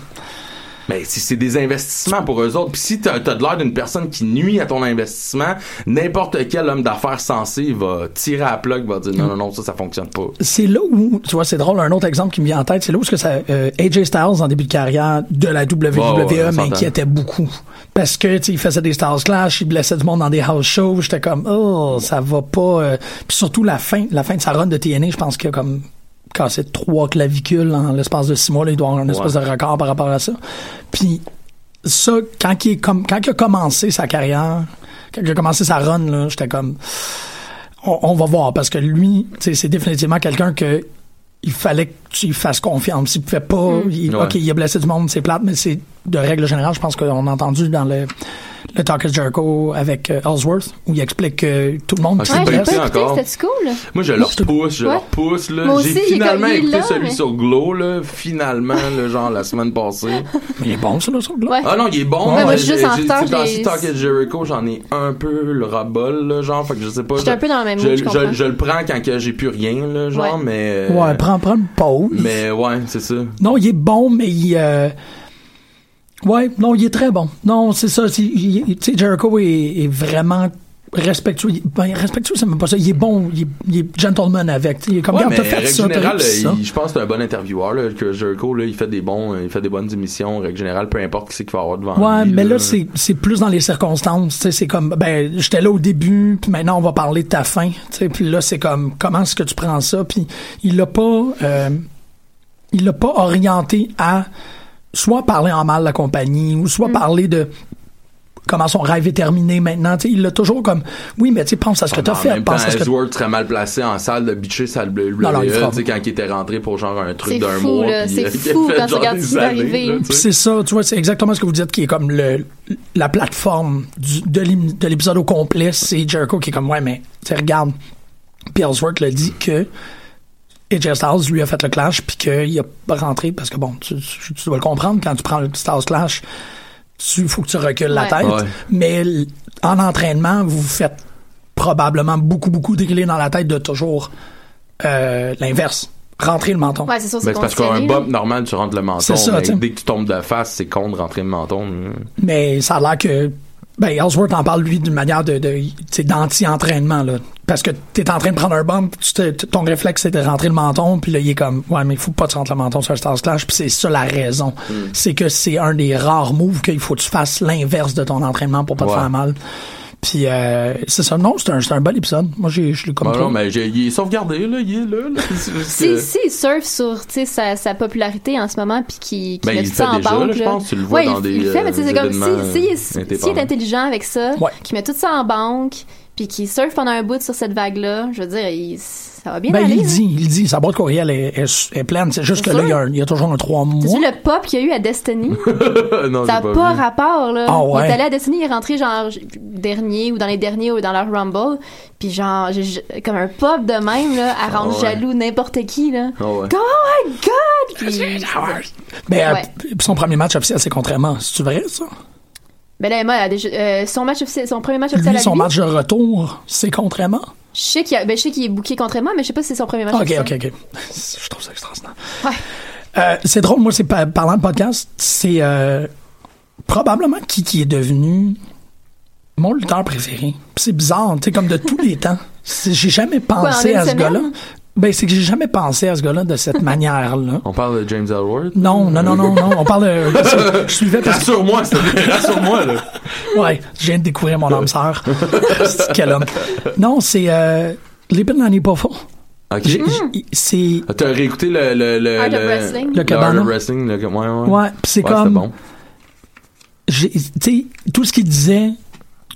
mais c'est c'est des investissements pour eux autres. Puis si t'as t'as de l'air d'une personne qui nuit à ton investissement, n'importe quel homme d'affaires sensé va tirer à la plug, va dire non, non, non, ça, ça fonctionne pas.
c'est là où, tu vois, c'est drôle, un autre exemple qui me vient en tête, c'est là où ce que ça, euh, AJ Styles, en début de carrière de la WWE,
Ouais, ouais, on s'entend.
m'inquiétait beaucoup. Parce que, tu sais, il faisait des Stars Clash, il blessait du monde dans des house shows, j'étais comme, oh, ça va pas. euh. Puis surtout, la fin, la fin de sa run de TNA, je pense qu'il a comme cassé trois clavicules en l'espace de six mois, là, il doit avoir un espèce de record par rapport à ça. Puis ça, quand il, est comme, quand il a commencé sa carrière, quand il a commencé sa run, là, j'étais comme, on, on va voir parce que lui, tu sais, c'est définitivement quelqu'un que il fallait que tu lui fasses confiance. Il pouvait pas. il-
Mm. Ouais.
Ok, il a blessé du monde, c'est plate, mais c'est de règle générale. Je pense qu'on a entendu dans le le Talk of Jericho avec euh, Ellsworth où il explique que tout le monde
Ah,
qui
c'est
Ouais,
pas
se
j'ai
écouté
blesse.
pas écouté,
encore.
c'était cool.
Moi, je leur
je te-
pousse, je
Ouais.
leur pousse, là.
Moi
J'ai
aussi, j'ai
finalement
comme- il
écouté
l'a,
celui
mais-
sur Glow, là. Finalement, là, genre, la semaine passée.
Mais il est bon, ça, là, sur le globe.
Ouais.
Ah non, il est bon.
Ouais,
mais
moi, je suis juste en
j'ai-
retard,
j'ai- dans
j'ai-
ce Talk at Jericho, j'en ai un peu le rabol, là, genre, fait que je sais pas.
J'étais un peu dans le même mood,
je,
je comprends.
je, je le prends quand que j'ai plus rien, là, genre,
Ouais.
mais. euh,
Ouais, prends, prends une pause.
Mais ouais, c'est ça.
Non, il est bon, mais il. euh, Ouais, non, il est très bon. Non, c'est ça. c'est- il- il- Tu sais, Jericho est, est vraiment respectueux. Il- Ben, respectueux, c'est même pas ça. Il est bon, il est, il est gentleman avec. tu sais, Il est comme,
Ouais,
regarde,
mais
t'as fait
règle
ça, t'as
générale,
réussi ça.
il- je pense que c'est un bon intervieweur, là, que Jericho, là, il fait des bons, il fait des bonnes émissions, règle générale, peu importe qui c'est qu'il va avoir devant
Ouais,
lui,
mais là, c'est c'est plus dans les circonstances. tu sais, C'est comme, ben, j'étais là au début, puis maintenant, on va parler de ta fin. tu sais, Puis là, c'est comme, comment est-ce que tu prends ça? Puis il l'a pas, euh, il l'a pas orienté à soit parler en mal de la compagnie, ou soit parler de comment son rêve est terminé maintenant. tu sais, il l'a toujours comme, oui, mais tu sais, pense à ce que t'as
Ah En
fait,
même temps,
pense à ce que
Ellsworth serait mal placé en salle de bitcher sa
Non, non, il fera
WWE, tu sais, quand il était rentré pour genre un
C'est
truc d'un
fou,
mois.
là,
puis,
c'est
euh, il a
fou
fait
quand tu
genre
regardes
des
ce qui est
années,
arrivé.
là, tu
Puis
sais.
c'est ça, tu vois, c'est exactement ce que vous dites qui est comme le la plateforme du- de l'ém- de l'épisode au complet, c'est Jericho qui est comme ouais mais tu sais, regarde, puis Ellsworth le dit que AJ Styles lui a fait le clash puis qu'il a pas rentré parce que bon tu, tu- tu dois le comprendre quand tu prends le Styles clash, tu faut que tu recules la
Ouais.
tête,
Ouais.
mais l- en entraînement vous vous faites probablement beaucoup beaucoup driller dans la tête de toujours euh, l'inverse, rentrer le menton.
Ouais, c'est sûr,
Ben,
c'est
c'est parce qu'un
conditionné.
bump normal, tu rentres le menton.
C'est ça,
mais
t'sais.
dès que tu tombes de face, c'est con de rentrer le menton. hein.
Mais ça a l'air que. Ben, Ellsworth en parle, lui, d'une manière de, de, tu sais, d'anti-entraînement, là. Parce que t'es en train de prendre un bump, tu te- t- ton réflexe, c'est de rentrer le menton, puis là, il est comme, ouais, mais il faut pas que tu rentres le menton sur un Stars Clash, puis c'est ça la raison.
Mm.
C'est que c'est un des rares moves qu'il faut que tu fasses l'inverse de ton entraînement pour pas te
Ouais.
faire mal. Puis, euh, c'est ça. Non, c'est un, c'est un bon épisode. Moi, j'ai- je l'ai comme
Ah
trop.
non, mais j'ai- il est sauvegardé, là, il est là. là. C'est juste que-
Si, si, il surfe sur tu sais, sa, sa popularité en ce moment, puis qui, qui
Ben,
met
il
tout
le
ça
fait
en
déjà,
banque.
là, je
là.
pense, tu le vois
Ouais,
dans
il,
des,
il le fait, mais tu sais,
euh,
c'est comme si,
événements,
si,
euh,
si, il est intelligent avec ça,
Ouais.
qui met tout ça en banque, puis qui surfe pendant un bout sur cette vague-là, je veux dire, il- ça va bien
Ben,
aller.
il
là.
dit, il dit, sa boîte courriel est, est- est pleine. C'est juste
hein. C'est
que là,
sûr.
il y, a un- il y a toujours un trois
T'as
mois.
vu le pop qu'il y a eu à Destiny?
non,
Ça n'a
Oh, j'ai
pas,
vu.
rapport, là.
Ah ouais.
Il est allé à Destiny, il est rentré, genre, j- dernier ou dans les derniers ou dans leur Rumble. Puis, genre, j'ai- j'ai- comme un pop de même, là, à rendre
Ah ouais.
jaloux n'importe qui, là.
Ah ouais.
Go, oh my God! Puis-
Mais euh,
Ouais.
p- son premier match officiel, c'est contrairement. C'est vrai, ça?
ben là, Emma, elle a déjà- euh, son, match officiel- son premier match officiel
Lui,
à
son
lui,
match de retour, c'est contre Emma.
Je sais qu'il a- ben, je sais qu'il est booké contre Emma, mais je sais pas si Ah, c'est son premier match
Ok,
officiel.
ok, ok. Je trouve ça extraordinaire.
Ouais.
Euh, c'est drôle, moi, c'est pa- parlant de podcast, c'est euh, probablement qui qui est devenu mon lutteur préféré. Puis C'est bizarre, tu sais, comme de tous les temps. C'est- J'ai jamais pensé
en une
à ce
semaine?
gars-là. Ben, c'est que j'ai jamais pensé à ce gars-là de cette manière-là.
On parle de James Ellsworth.
Non, non, non, non, non. On parle de. Je suivais parce que
Rassure-moi, c'est rassure-moi, là.
Ouais, je viens de découvrir mon âme sœur. C'est Quel homme. Non, c'est euh, Lépine n'en est pas faux.
Ok.
J'ai- j'ai- C'est.
Ah, T'as réécouté le. le, le
Art of
le-
Wrestling. Le
Le Art
Cabana.
of Wrestling, le. Ouais, ouais.
Ouais, pis c'est
c'était
comme-
bon.
j'ai- Tu sais, tout ce qu'il disait,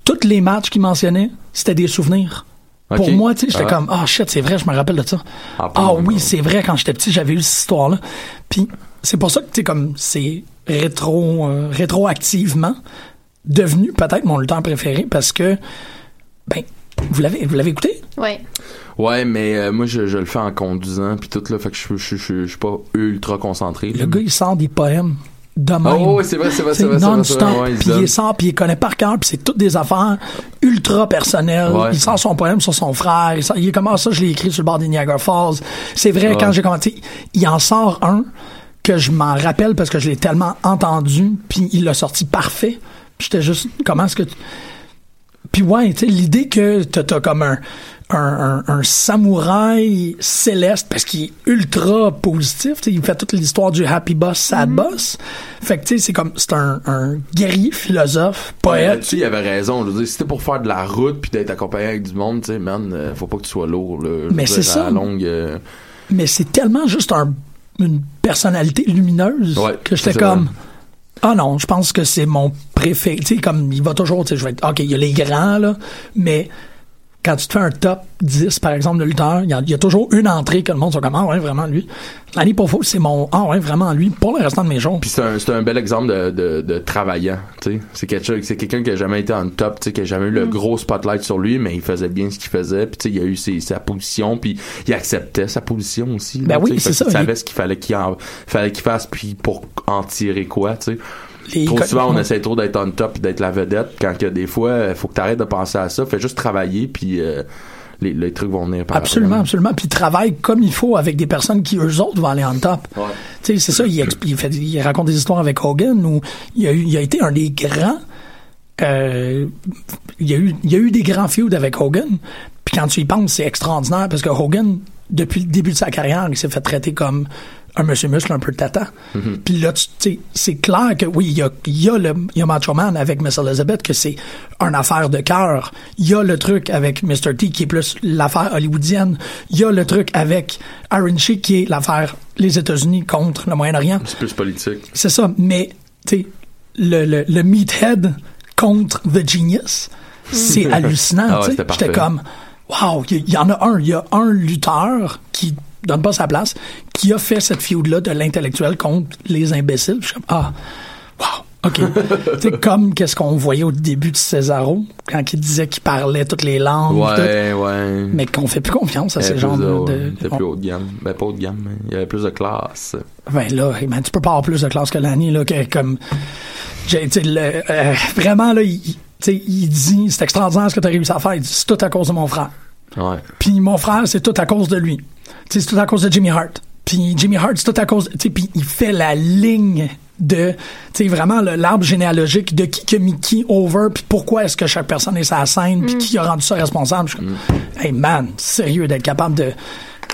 tous les matchs qu'il mentionnait, c'était des souvenirs.
Ok.
Pour moi, tu sais, j'étais
Ah.
comme, ah shit, c'est vrai, je me rappelle de ça.
Ah,
Ah,
pas moi, non.
oui, c'est vrai, quand j'étais petit, j'avais eu cette histoire-là. Puis c'est pour ça que, tu sais, comme, c'est rétro, euh, rétroactivement devenu peut-être mon lutteur préféré parce que, ben, vous l'avez, vous l'avez écouté?
Ouais.
Ouais, mais euh, moi, je, je le fais en conduisant, puis tout, là. Fait que je je- je- je- je suis pas ultra concentré.
Le gars, il sort des poèmes de même.
Oh, ouais, c'est vrai, c'est vrai, c'est
C'est
vrai. c'est vrai, c'est vrai.
non-stop,
Ouais, il
puis
donne.
il les sort, puis il les connaît par cœur, puis c'est toutes des affaires ultra personnelles.
Ouais.
Il sort son poème sur son frère, il, sort- il est comme Ah, ça, je l'ai écrit sur le bord des Niagara Falls. C'est vrai,
Ouais.
quand j'ai commenté, il en sort un que je m'en rappelle parce que je l'ai tellement entendu, puis il l'a sorti parfait. Puis j'étais juste, comment est-ce que... tu- Puis ouais, tu sais, l'idée que t'as t'as comme un, un, un, un samouraï céleste, parce qu'il est ultra positif, tu sais, il fait toute l'histoire du happy boss, sad boss. Fait que tu sais, c'est comme, c'est un, un guerrier philosophe,
Ouais,
poète.
Euh, tu il avait raison. Je veux dire, si c'était pour faire de la route puis d'être accompagné avec du monde, tu sais, man, euh, faut pas que tu sois lourd, là. Je veux
Mais
dire,
c'est
à
ça.
la longue. euh,
Mais c'est tellement juste un- une personnalité lumineuse
Ouais,
que j'étais
c'est
comme...
vrai.
Ah non, je pense que c'est mon préféré. Tu sais, comme il va toujours, tu sais, je vais être, OK, il y a les grands, là, mais quand tu te fais un top 10, par exemple, de lutteurs, il y, a- il y a toujours une entrée que le monde sont comme, ah ouais, vraiment lui. L'année pour faux, c'est mon, ah ouais, vraiment lui, pour le restant de mes jours.
Puis c'est un, c'est un bel exemple de, de, de travaillant, tu sais. C'est quelqu'un, c'est quelqu'un qui a jamais été en top, tu sais, qui a jamais eu
Mm.
le gros spotlight sur lui, mais il faisait bien ce qu'il faisait, puis tu sais, il a eu ses- sa position, puis il acceptait sa position aussi. là,
Ben oui,
tu
c'est
sais. Fait qu'il
ça.
savait ce qu'il fallait qu'il en- fallait qu'il fasse, puis pour en tirer quoi, tu sais.
Les
Trop
co-
souvent, on essaie trop d'être on top, d'être la vedette, quand que des fois, euh, faut que t'arrêtes de penser à ça, fais juste travailler, puis euh, les, les trucs vont venir par
Absolument, absolument. Puis il travaille comme il faut avec des personnes qui, eux autres, vont aller en top.
Ouais.
Tu sais, c'est ça, il, expl- il fait- il raconte des histoires avec Hogan où il a, eu- il a été un des grands. euh, il, y a eu, il y a eu des grands feuds avec Hogan. Puis quand tu y penses, c'est extraordinaire parce que Hogan, depuis le début de sa carrière, il s'est fait traiter comme un monsieur muscle, un peu tata. Puis là, tu tu sais, c'est clair que oui, il y a, il y a le il y a Macho Man avec Miss Elizabeth, que c'est une affaire de cœur. Il y a le truc avec Mr. T, qui est plus l'affaire hollywoodienne. Il y a le truc avec Iron Sheik, qui est l'affaire les États-Unis contre le Moyen-Orient.
C'est plus politique.
C'est ça, mais tu sais, le, le, le Meathead contre The Genius, c'est hallucinant.
Ah ouais,
tu sais.
c'était parfait.
J'étais comme, wow, il y, y en a un, il y a un lutteur qui donne pas sa place, qui a fait cette feud-là de l'intellectuel contre les imbéciles. Je suis comme, ah, wow. OK. Tu sais, comme qu'est-ce qu'on voyait au début de Césaro, quand il disait qu'il parlait toutes les langues, tout,
Ouais, Eh, ouais.
mais qu'on fait plus confiance à
Il y
ces
avait
gens
plus
de...
de-
de-
c'était
on-
plus haut de gamme. Ben, pas haut de gamme, mais il y avait plus de classe.
Ben là, eh ben, tu peux pas avoir plus de classe que l'année, là, que comme. j'ai- tu sais, le- euh, vraiment, là, il, tu sais, il dit c'est extraordinaire ce que tu as réussi à faire. Il dit c'est tout à cause de mon frère.
Ouais.
Puis mon frère, c'est tout à cause de lui. Tu sais, C'est tout à cause de Jimmy Hart. Puis Jimmy Hart, c'est tout à cause. tu sais, Puis il fait la ligne de. Tu sais, vraiment, le- l'arbre généalogique de qui que Mickey over, puis pourquoi est-ce que chaque personne est sa scène,
Mm.
puis qui a rendu ça responsable. Je suis comme, hey man, sérieux, d'être capable de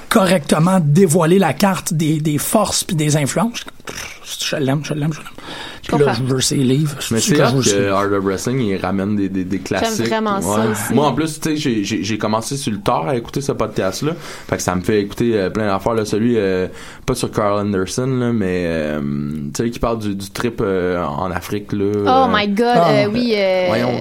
correctement dévoiler la carte des, des forces puis des influences. Je l'aime, je l'aime, je l'aime. Puis là, je
comprends.
veux ses livres.
Mais c'est
que
là
je veux ses-
que Hard of Wrestling, il ramène des, des, des classiques.
vraiment ça
Ouais.
aussi.
Moi, en plus, tu sais, j'ai- j'ai j'ai commencé sur le tard à écouter ce podcast-là. Fait que ça me fait écouter euh, plein d'affaires, là. Celui, euh, pas sur Carl Anderson, là, mais, euh, tu sais, qui parle du, du trip euh, en Afrique, là.
Oh my god,
Ah.
euh, oui. euh,
Voyons.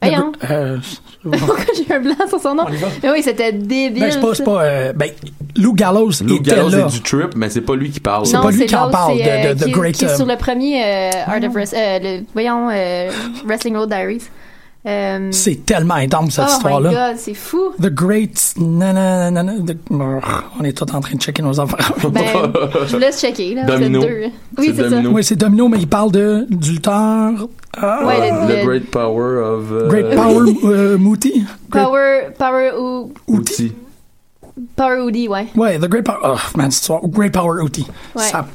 Voyons.
Euh,
Pourquoi j'ai un blanc sur son nom?
On y va.
Mais oui, c'était débile.
ben, c'est pas, c'est pas, euh, ben, Lou Gallows
Lou
était
Gallows,
là.
c'est du trip, mais c'est pas lui qui parle.
ça.
c'est
Non,
pas lui qui en
l'autre,
parle,
c'est,
de-
euh,
de- de
qui-
Great,
Qui est
euh, Ah.
sur le premier euh, Art of Wrestling. voyons, euh, Wrestling Road Diaries. Euh,
C'est tellement énorme cette
Oh my
histoire-là.
god, c'est fou.
The Great nanana, nanana, the- Brr, on est tous en train de checker nos affaires.
Ben, je vous laisse checker. Là.
Domino.
Vous êtes deux. Oui,
C'est
c'est ça.
Domino.
oui, c'est Domino, mais il parle de, du lutteur. ah,
Ouais,
Euh,
le-
The
le-
Great Power of... euh,
Great Power euh, Moody. Great-
Power, power, ou,
Outil.
power Woody, ouais.
Ouais, The Great Power. Oh, man, cette histoire. Great Power Outi.
Ouais.
Ça,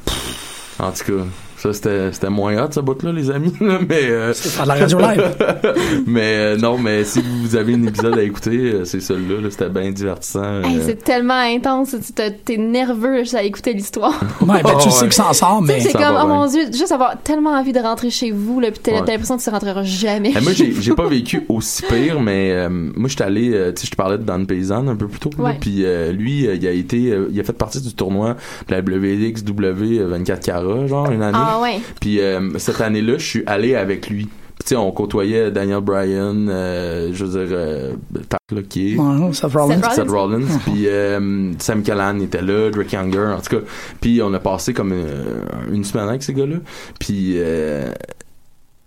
En tout cas, ça, c'était c'était moins hot, ce bout-là, les amis, là, mais... euh,
c'est pas de la radio live.
Mais euh, non, mais si vous avez un épisode à écouter, euh, c'est celui-là, là, c'était bien divertissant. euh.
Hey, c'est tellement intense. Tu te- T'es nerveux juste à écouter l'histoire.
Ouais, ben, tu
Oh,
sais
ouais.
que ça en sort,
Tu sais,
mais.
c'est
ça
comme,
va
oh
bien.
mon dieu, juste avoir tellement envie de rentrer chez vous, là, puis t'as
Ouais.
t'as l'impression que tu rentreras jamais.
Eh, moi, j'ai j'ai pas vécu aussi pire, mais euh, moi, j'étais allé, euh, tu sais, je te parlais de Dan Paysan un peu plus tôt, là,
Ouais.
puis euh, lui, euh, il a été, euh, il a fait partie du tournoi de la WXW euh, 24 carats, genre, une année.
Ah ouais.
Puis euh, cette année-là, je suis allé avec lui. Puis, tu sais, on côtoyait Daniel Bryan, euh, je veux dire, euh, Tac, là, qui est-
Ouais, Seth Rollins.
Rollins.
Seth Rollins, puis euh, Sam Callan était là, Drake Younger, en tout cas. Puis on a passé comme euh, une semaine avec ces gars-là. Puis euh,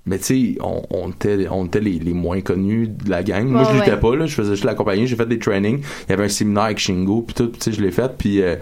mais tu sais, on, on était, on était les, les moins connus de la gang. Moi,
Ouais,
je luttais
ouais.
pas, là. Je faisais juste l'accompagner. J'ai fait des trainings. Il y avait un séminaire avec Shingo, puis tout. puis Tu sais, je l'ai fait. Puis, euh,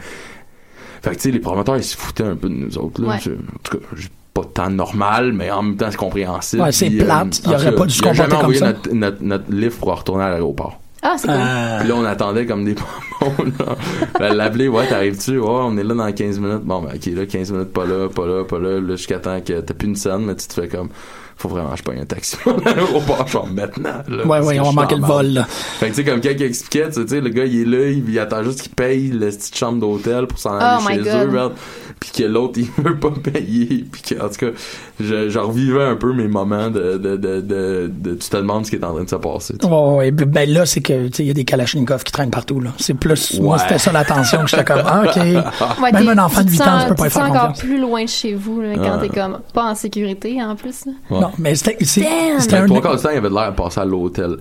fait que tu sais, les promoteurs, ils se foutaient un peu de nous autres, là.
Ouais.
Je- en tout cas, j'ai pas tant normal, mais en même temps, c'est compréhensible.
Ouais, c'est
Puis, euh,
plate. Il
en tout
aurait
cas,
pas dû se
il a
comporter
jamais
comme
envoyé
ça.
Notre, notre, notre livre pour retourner à l'aéroport.
Ah, c'est cool.
Euh,
Ah.
Puis là, on attendait comme des pompons. là. Ben, l'appeler, ouais, t'arrives-tu? Ouais, on est là dans 15 minutes. Bon, ben, ok, là, 15 minutes, pas là, pas là, pas là. Là, jusqu'à temps que t'as plus une scène, mais tu te fais comme, faut vraiment que je paye un taxi pour aller au bar, genre maintenant. Là,
Ouais,
parce que
ouais, on
je
va
suis
manquer
en
le
marde.
vol, là.
Fait que, tu sais, comme quelqu'un expliquait, tu sais, tu sais, le gars, il est là, il, il attend juste qu'il paye la petite chambre d'hôtel pour s'en aller
Oh my
chez
God.
eux, merde. Puis que l'autre, il veut pas payer. Puis que, en tout cas, je, je revivais un peu mes moments de, de, de, de, de- tu te demandes ce qui est en train de se passer. tu sais.
Ouais, ouais, ben- ben là, c'est que, tu sais, il y a des Kalachnikov qui traînent partout, là. C'est plus, moi,
Ouais.
c'était ça l'attention que j'étais comme, ah, OK.
Ouais,
Même
t'es-
un enfant de
tu te
8 ans,
sens-
je peux pas
tu te
faire
sens encore
confiance.
plus loin de chez vous là, quand
Ah.
t'es comme pas en sécurité en plus. là.
Ouais.
Non, mais c'était, c'est-
Damn!
c'était
Mais
un.
trois quarts du temps, il avait de l'air de passer à l'hôtel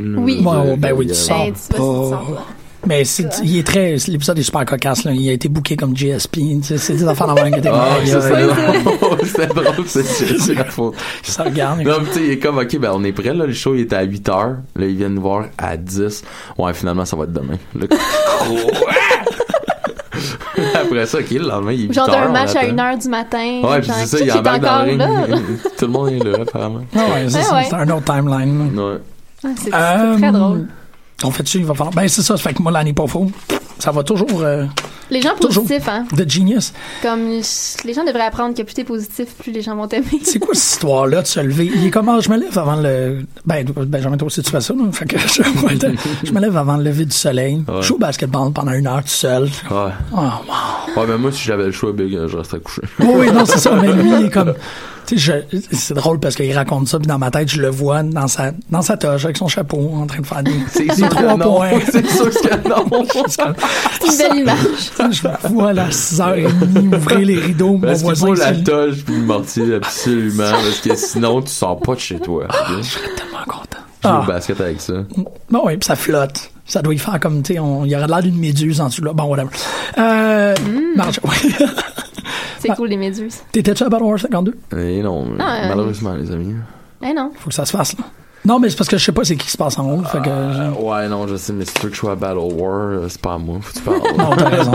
Oui.
là. Je veux
Ouais,
dire,
ouais, ben oui,
euh, il
tu
y
sors
Ben, tu sais pas si tu sors
pas.
pas.
Mais c'est- il est très, l'épisode est super cocasse, là. Il a été booké comme GSP. tu sais, C'est des enfants d'enfants qui étaient
Ah,
comme,
ça,
aïe, aïe,
c'est
aïe.
drôle. C'était drôle, c'est- c'est c'est la faute.
ça regarde.
Non, mais tu sais, il est comme, ok, ben on est prêt, là, le show, il était à 8 heures. Là, ils viennent nous voir à 10. Ouais, finalement, ça va être demain. Là, quoi? Après ça, ok, le lendemain, il est 8
Genre
heures,
d'un
on
match à
attend.
1h du matin.
Ouais, puis
genre,
c'est ça,
qui
il
est
embarque dans
encore
le
là. là?
ring. Tout le monde est là, apparemment.
Ah ouais, ça,
Ah ouais.
c'est c'est un autre timeline. là.
Ouais.
Ah, C'est c'est
Euh,
très drôle.
On fait dessus, il va falloir. Ben, c'est ça, ça fait que moi, l'année pas faux. Ça va toujours. euh,
Les gens
toujours.
positifs, hein.
The Genius.
Comme je- les gens devraient apprendre que plus t'es positif, plus les gens vont t'aimer.
C'est quoi cette histoire-là de se lever? Il est comme, ah, je me lève avant le. Ben, Benjamin, toi aussi, tu fais ça, là. Fait que je, ouais, t'as- je me lève avant le lever du soleil. Je joue au basketball pendant une heure tout seul.
Ouais.
Oh, wow.
Ouais, mais moi, si j'avais le choix, Big, euh, je resterais couché.
Oh oui, non, c'est ça. Mais lui, il est comme. Tu sais, je- c'est drôle parce qu'il raconte ça, puis dans ma tête, je le vois dans sa, dans sa toge avec son chapeau en train de faire des, des trois points.
C'est sûr que non.
C'est une belle image.
je le vois à 6h30 ouvrir les rideaux, mon
Parce qu'il
voisin.
faut la
c'est-
toge puis le mortier, absolument. parce que sinon, tu sors pas de chez toi. ok? Tu joues
tellement content.
au
Ah,
basket avec ça.
bon, oui, puis ça flotte. Ça doit y faire comme, tu sais, on- il y aurait l'air d'une méduse en dessous, là. Bon, whatever. Euh,
Mm.
Marge, oui.
C'est
Ouais.
cool, les méduses.
T'étais-tu à Battle War 52?
Et Eh non, mais
Ah, euh,
malheureusement, les amis.
Eh non.
Faut que ça se fasse, là. Non, mais c'est parce que je sais pas c'est qui se passe en haut, fait que...
Euh,
je-
ouais, non, je sais, mais si tu veux que je sois à Battle War, euh, c'est pas à moi, faut que tu parles.
Non, t'as raison.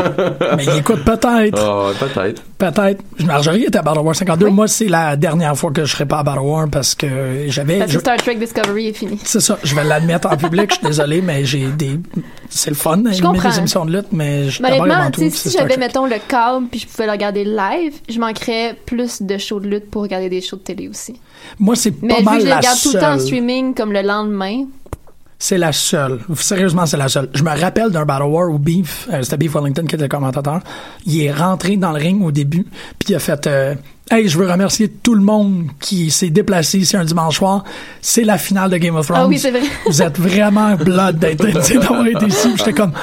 mais il écoute peut-être.
Ah, peut-être.
Peut-être. Marjorie était à Battle War 52. Moi, c'est la dernière fois que je serai pas à Battle War parce que j'avais.
Parce
je-
que Star Trek Discovery est fini.
C'est ça, je vais l'admettre en public. Je suis désolé, mais j'ai des. C'est le fun d'animer
comprends.
des émissions de lutte, mais je
Mais
d'abord et
honnêtement,
avant
tu sais,
tout,
si
c'est Star
j'avais,
Trek.
mettons, le câble puis je pouvais le regarder live, je manquerais plus de shows de lutte pour regarder des shows de télé aussi.
Moi, c'est
Mais
pas
vu que
mal
je les
la
regarde tout le temps en
seule.
streaming, comme le lendemain,
C'est la seule. Sérieusement, c'est la seule. Je me rappelle d'un Battle War où Beef, euh, c'était Beef Wellington qui était le commentateur. Il est rentré dans le ring au début, puis il a fait euh, Hey, je veux remercier tout le monde qui s'est déplacé ici un dimanche soir. C'est la finale de Game of Thrones.
Ah oui, c'est vrai.
Vous êtes vraiment blood d'être d'être- d'avoir été ici. Puis J'étais comme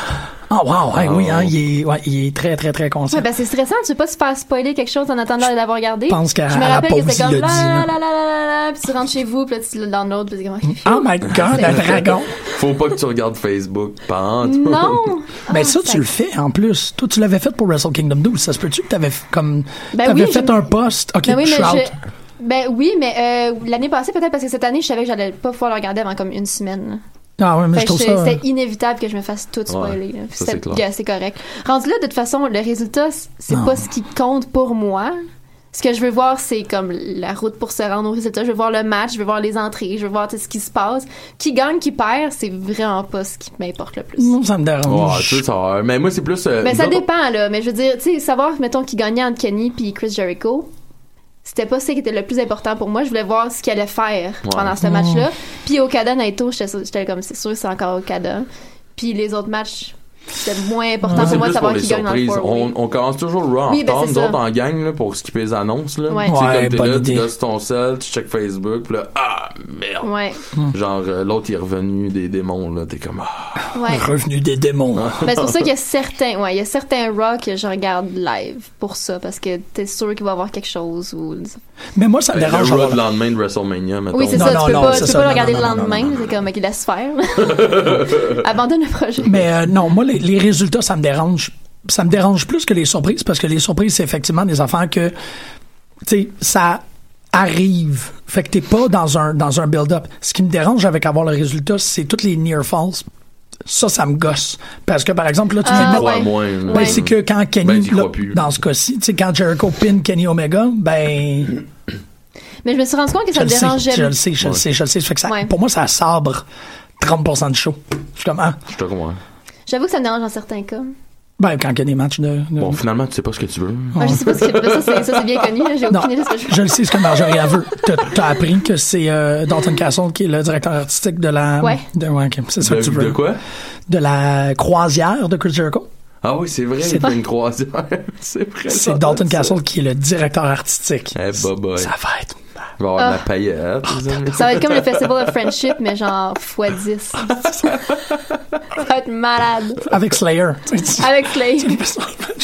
Ah, wow, hey, oui, hein, il, est, ouais, il est très, très, très conscient.
Ouais, ben c'est stressant, tu veux pas se faire spoiler quelque chose en attendant de l'avoir regardé.
pense qu'à-
Je me
à la
rappelle que
pause,
c'était
il
comme
l'a dit,
la
là.
la la la la, puis tu rentres chez vous, puis là tu le download, puis t'es comme
Oh my god, un dragon!
Faut pas que tu regardes Facebook pendant. toi.
Non!
Mais
Ah,
Ben, ça, tu le fais en plus. Toi, tu l'avais fait pour Wrestle Kingdom 12. Ça se peut-tu que t'avais f- comme.
Ben
t'avais
oui,
fait
je-
un post. Ok,
Ben oui,
je suis
mais
out.
je- Ben oui, mais euh, l'année passée, peut-être parce que cette année, je savais que j'allais pas pouvoir le regarder avant comme une semaine. là.
Ah ouais, mais je
Fait que
trouve
j'étais-
ça.
C'était inévitable que je me fasse tout spoiler. là.
ça, c'est
C'était
clair.
yeah, c'est correct. Rendu là, de toute façon, le résultat, c- c'est
Non.
pas ce qui compte pour moi. Ce que je veux voir, c'est comme la route pour se rendre au résultat. Je veux voir le match, je veux voir les entrées, je veux voir tu sais, ce qui se passe. Qui gagne, qui perd, c'est vraiment pas ce qui m'importe le plus.
Non, ça me
Ouais,
dérange.
tu sais, Ah, ça va. Mais moi, c'est plus. euh,
Mais Ben, ça
nous autres,
dépend, là. Mais je veux dire, tu sais, savoir, mettons, qui gagnait entre Kenny puis Chris Jericho, c'était pas ça qui était le plus important pour moi. Je voulais voir ce qu'il allait faire pendant ce match-là. Puis Okada Naito, j'étais sûre- j'étais comme, c'est sûr que c'est encore Okada. Puis les autres matchs, c'était moins important
c'est
pour moi de
plus
savoir
les
qui gagne dans le
surprises.
four.
On, on commence toujours Raw en
Oui, ben,
retard,
c'est
nous
ça.
autres en gang, là, pour skipper les annonces, là.
Ouais.
Tu sais,
Ouais,
comme t'es
bonne
là,
idée.
tu gosses ton sel, tu check Facebook, pis là, ah, merde.
Ouais,
Genre, euh, l'autre, il est revenu des démons, là, t'es comme, ah.
ouais.
Revenu des démons.
Ben, c'est pour ça qu'il y a certains, ouais, il y a certains rock que je regarde live pour ça, parce que t'es sûr qu'il va y avoir quelque chose ou.
Mais moi, ça me
Le
dérange.
Raw
Ah, pas.
de lendemain de WrestleMania, maintenant.
Oui, c'est
Non,
ça,
non,
tu peux
non,
pas,
c'est
tu peux
ça,
pas le
non,
regarder
non,
le
non, non,
lendemain,
non, non.
c'est comme, ok, laisse faire. Abandonne le projet.
Mais euh, non, moi, les, les résultats, ça me dérange. Ça me dérange plus que les surprises parce que les surprises, c'est effectivement des affaires que, tu sais, ça arrive. Fait que t'es pas dans un, dans un build-up. Ce qui me dérange avec avoir le résultat, c'est toutes les near falls. Ça, ça me gosse. Parce que, par exemple, là, tu me
Ah,
mets-
Crois
ouais.
moins, là.
Ben, c'est que quand
Ben,
Kenny,
j'y crois
là,
plus.
dans ce cas-ci, tu sais, quand Jericho pin Kenny Omega, ben,
Mais je me suis rendu compte que
je
ça
le
me
sais,
dérangeait.
je le sais, je le sais, je le sais. Ça fait que ça-
Ouais.
Pour moi, ça sabre 30% de show. Je suis comme, ah.
Je te comprends.
J'avoue que ça me dérange dans certains cas.
Ben, quand il y a des matchs de. de-
Bon, finalement, tu sais pas ce que tu
Hmm,
veux.
Moi, je sais pas ce que ça, c'est, ça, c'est bien connu. là. J'ai
Non,
aucune idée de ce que je
je le sais, ce que Marjorie a veut. T'as- T'as appris que c'est euh, Dalton Castle qui est le directeur artistique de la.
Ouais.
de- ouais, ok, c'est ça
De,
que tu
de
veux.
quoi?
De la croisière de Chris Jericho.
Ah oui, c'est vrai, il fait une croisière. c'est vrai.
C'est
ça,
Dalton
ça.
Castle qui est le directeur artistique.
Eh, bah, bah.
Ça va être.
Il va avoir de la
Ah.
paillette. les amis.
Ça va être comme le Festival of Friendship, mais genre x10. ça va être malade.
Avec Slayer. Tu sais, tu-
Avec Clay.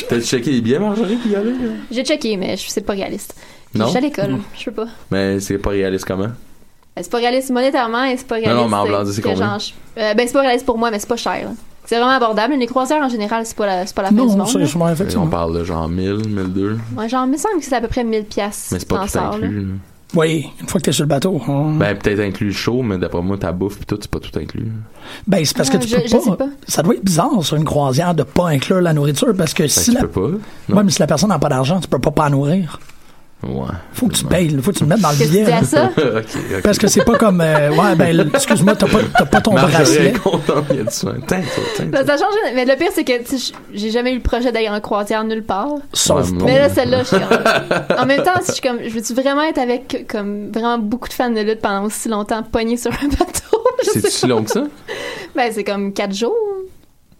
T'as checké les billets, Marjorie, puis y aller? là?
J'ai checké, mais je- c'est pas réaliste. Je
Non?
suis à l'école, je peux pas.
Mais c'est pas réaliste comment?
Ben, c'est pas réaliste monétairement et c'est pas réaliste.
non, mais en
euh,
blanc, c'est
que
combien?
genre, je- euh, ben, c'est pas réaliste pour moi, mais c'est pas cher. là. C'est vraiment abordable. Les croisières, en général, c'est pas la, c'est pas la fin du
Non,
monde.
c'est
là.
sûrement
On
effectivement.
parle de genre 1000, 1002,
Ouais, genre, il me semble que c'est à peu près 1000 pièces
mais c'est pas tout inclus. là.
Oui, une fois que t'es sur le bateau. on-
Ben, peut-être inclus le show, mais d'après moi, ta bouffe pis tout, c'est pas tout inclus.
Ben, c'est parce que
Ouais,
tu
je-
peux
je
pas,
sais pas.
Ça doit être bizarre sur une croisière de pas inclure la nourriture parce que
Fait
si
que
la.
tu peux pas.
Ouais, mais si la personne n'a pas d'argent, tu peux pas pas nourrir.
Ouais.
Faut que tu payes, là. faut que tu le mettes dans le
Qu'est-ce que tu
billet.
dis à
là.
ça?
ok, ok.
Parce que c'est pas comme euh, ouais ben l- excuse-moi t'as pas t'as pas ton
Marjorie
bracelet.
est contente, il y a du soin. Tain, toi, tain,
Ben,
toi.
ça change, mais le pire, c'est que tu sais, je- j'ai jamais eu le projet d'aller en croisière nulle part.
Sauf
Ouais,
pour-
Mais là, celle-là, je suis comme- En même temps, je suis comme, je veux-tu vraiment être avec, comme, vraiment beaucoup de fans de lutte pendant aussi longtemps, pognés sur un bateau? Je
C'est
sais
si long que ça?
pas. Ben, c'est comme 4 jours.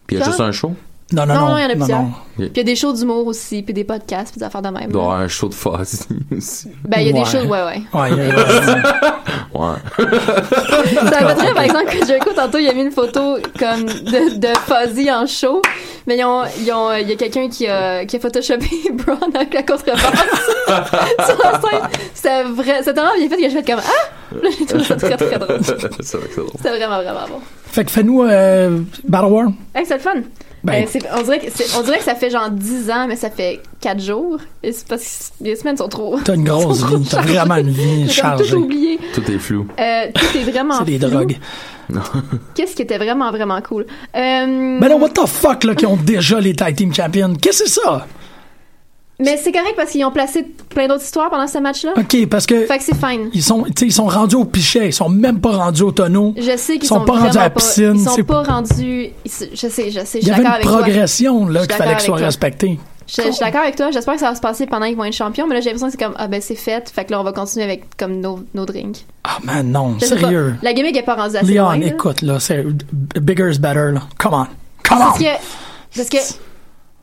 Puis il y a
Genre-
juste un show.
non non
Non,
non
non, il y en a
non,
plusieurs.
non.
Puis il y a des shows d'humour aussi, puis des podcasts, puis des affaires de même.
Il doit y avoir un show de Fozzy aussi.
Ben, il y a
Ouais.
des shows, ouais, ouais.
Ouais, il y a-
Ouais.
Ça me fait rire, par exemple, que Jericho, tantôt, il a mis une photo, comme, de, de Fuzzy en show, mais ils ont, ils ont, euh, il y a quelqu'un qui a, qui a photoshopé Braun avec la contrebasse sur la scène. C'était vrai, c'était tellement bien fait que j'ai fait comme, ah! Là, j'ai trouvé ça très, très drôle.
c'est vrai que c'est drôle.
C'était vraiment, vraiment bon.
fait que fais-nous euh, Battle War.
Hey, c'est le fun.
Ben.
Euh, c'est- on, dirait que c'est- on dirait que ça fait genre 10 ans, mais ça fait 4 jours. Et c'est parce que les semaines sont trop.
T'as une grosse vie, t'as vraiment une vie
J'ai comme tout
chargée.
oublié.
Tout est flou.
Euh, tout est vraiment.
C'est des
flou.
drogues.
Qu'est-ce qui était vraiment, vraiment cool? Euh,
Mais non, what the fuck là qui ont déjà les tag team champions. Qu'est-ce que c'est ça
mais c'est correct parce qu'ils ont placé plein d'autres histoires pendant ce match-là.
OK, parce que
Fait que c'est fine.
ils sont tu sais, ils sont rendus au pichet, ils sont même pas rendus au tonneau.
Je sais qu'ils
Ils sont pas
vraiment
rendus à la piscine,
Ils sont
c'est-
pas rendus. ils se- Je sais, je sais. Je
Il
suis
y avait
d'accord
une
avec toi. Je
progression
Je
là
suis
qu'il fallait
d'accord
que soit
avec toi.
respectée.
je suis d'accord avec toi. J'espère que ça va se passer pendant qu'ils vont être champions. Mais là, j'ai l'impression que c'est comme, ah ben c'est fait. Fait que là, on va continuer avec comme nos, nos drinks.
Ah man non,
Je sais pas.
sérieux.
La gimmick est pas rendue assez
Leon,
loin. là.
écoute là, c'est bigger is better là. Come on. Come
Parce
on.
que, parce que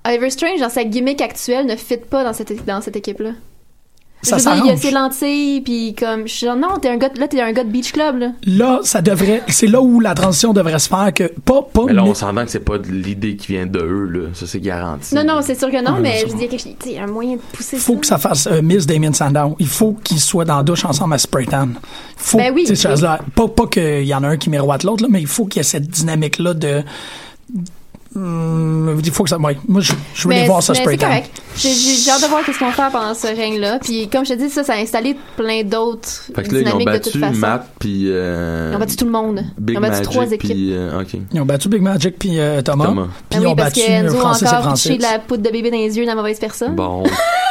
Oliver Strange, dans sa gimmick actuelle, ne fit pas dans cette, dans cette équipe-là. Je
Ça
veux dire, il a
s'arrange.
ses lentilles, puis comme, je suis genre, non, t'es un gars, de- là, t'es un gars de Beach Club, là.
là, ça devrait, c'est là où la transition devrait se faire que pas, pas,
Mais là,
mais-
on s'entend que c'est pas de l'idée qui vient de eux, là. Ça, c'est garanti.
Non, non, c'est sûr que non,
Ouais,
mais
Ah, c'est
je veux dire, quelque- tu sais, il y a un moyen de pousser
faut que ça fasse euh, Miss Damien Sandow. Il faut qu'ils soient dans la douche ensemble à spray tan. Faut,
Ben oui,
tu sais, ces
oui.
choses-là. pas, pas qu'il y en a un qui miroite l'autre, là, mais il faut qu'il y ait cette dynamique-là de, Hum, il faut que ça, ouais. Moi, je, je veux
Mais,
les voir ça
mais
spray
c'est
tan.
correct. J'ai j'ai hâte de voir qu'est-ce qu'on fait pendant ce règne-là. Puis comme je te dis, ça, ça a installé plein d'autres
Fait que là, ils ont
dynamiques de toute
battu
façon.
Matt puis. Euh,
Ils ont battu tout le monde.
Big
ils ont battu
Magic,
trois équipes. Hein?
Puis, euh, ok.
Ils ont battu Big Magic puis euh, Thomas.
Thomas.
Puis
Ah
ils
oui,
ont
parce
battu
que
euh,
Enzo a
Francis et
encore
Francis.
touché de la poudre de bébé dans les yeux de la mauvaise personne.
Bon.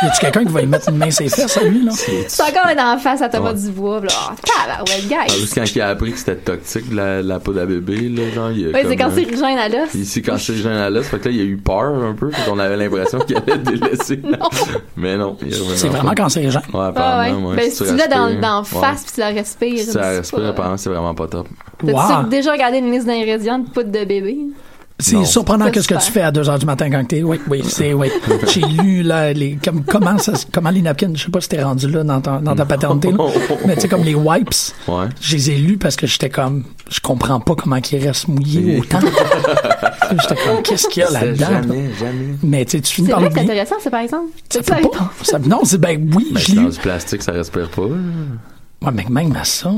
Y a-tu quelqu'un qui va lui mettre une main sur les fesses à lui, là?
C'est encore dans la face à Thomas
Ouais.
Dubois. pis Là, oh, tabarouette,
Ah,
guys.
juste quand il a appris que c'était toxique, la, la peau à bébé, là, genre, il a
Ouais,
comme,
c'est quand
euh,
c'est Rigène à l'os.
Ici, quand c'est journaliste, fait que là, il a eu peur un peu, fait qu'on avait l'impression qu'il allait délaisser. Mais non, il est revenu
C'est
en
vraiment
fait.
cancérigène.
Ouais,
Ah ouais.
apparemment, ouais.
ben, si tu l'as dans,
respires-
dans
ouais.
face puis tu la respires.
Si ça
c'est
respire,
pas-
apparemment, c'est vraiment pas top.
T'as-tu
Wow.
déjà regardé une liste d'ingrédients de poudre de bébé?
C'est
Non.
surprenant
Ça,
que ce que
super.
tu fais à 2 h du matin quand t'es. Oui, oui, c'est. Oui. J'ai lu là, les, comme, comment, ça, se- comment les napkins, je sais pas si t'es rendu là dans ta, dans ta paternité, là. mais tu sais, comme les wipes,
Ouais.
je les ai lus parce que j'étais comme. Je comprends pas comment qu'ils restent mouillés autant. j'étais comme, qu'est-ce qu'il y a
C'est
là-dedans?
jamais, jamais.
Mais tu sais, tu finis
C'est
par
vrai que c'est
l'oublier.
intéressant, ça, par exemple.
Ça
T'as-tu
peut pas. Ça- non, c'est ben oui,
Mais
je l'ai
dans
lu.
du plastique, ça respire pas.
Ouais, mais même à ça.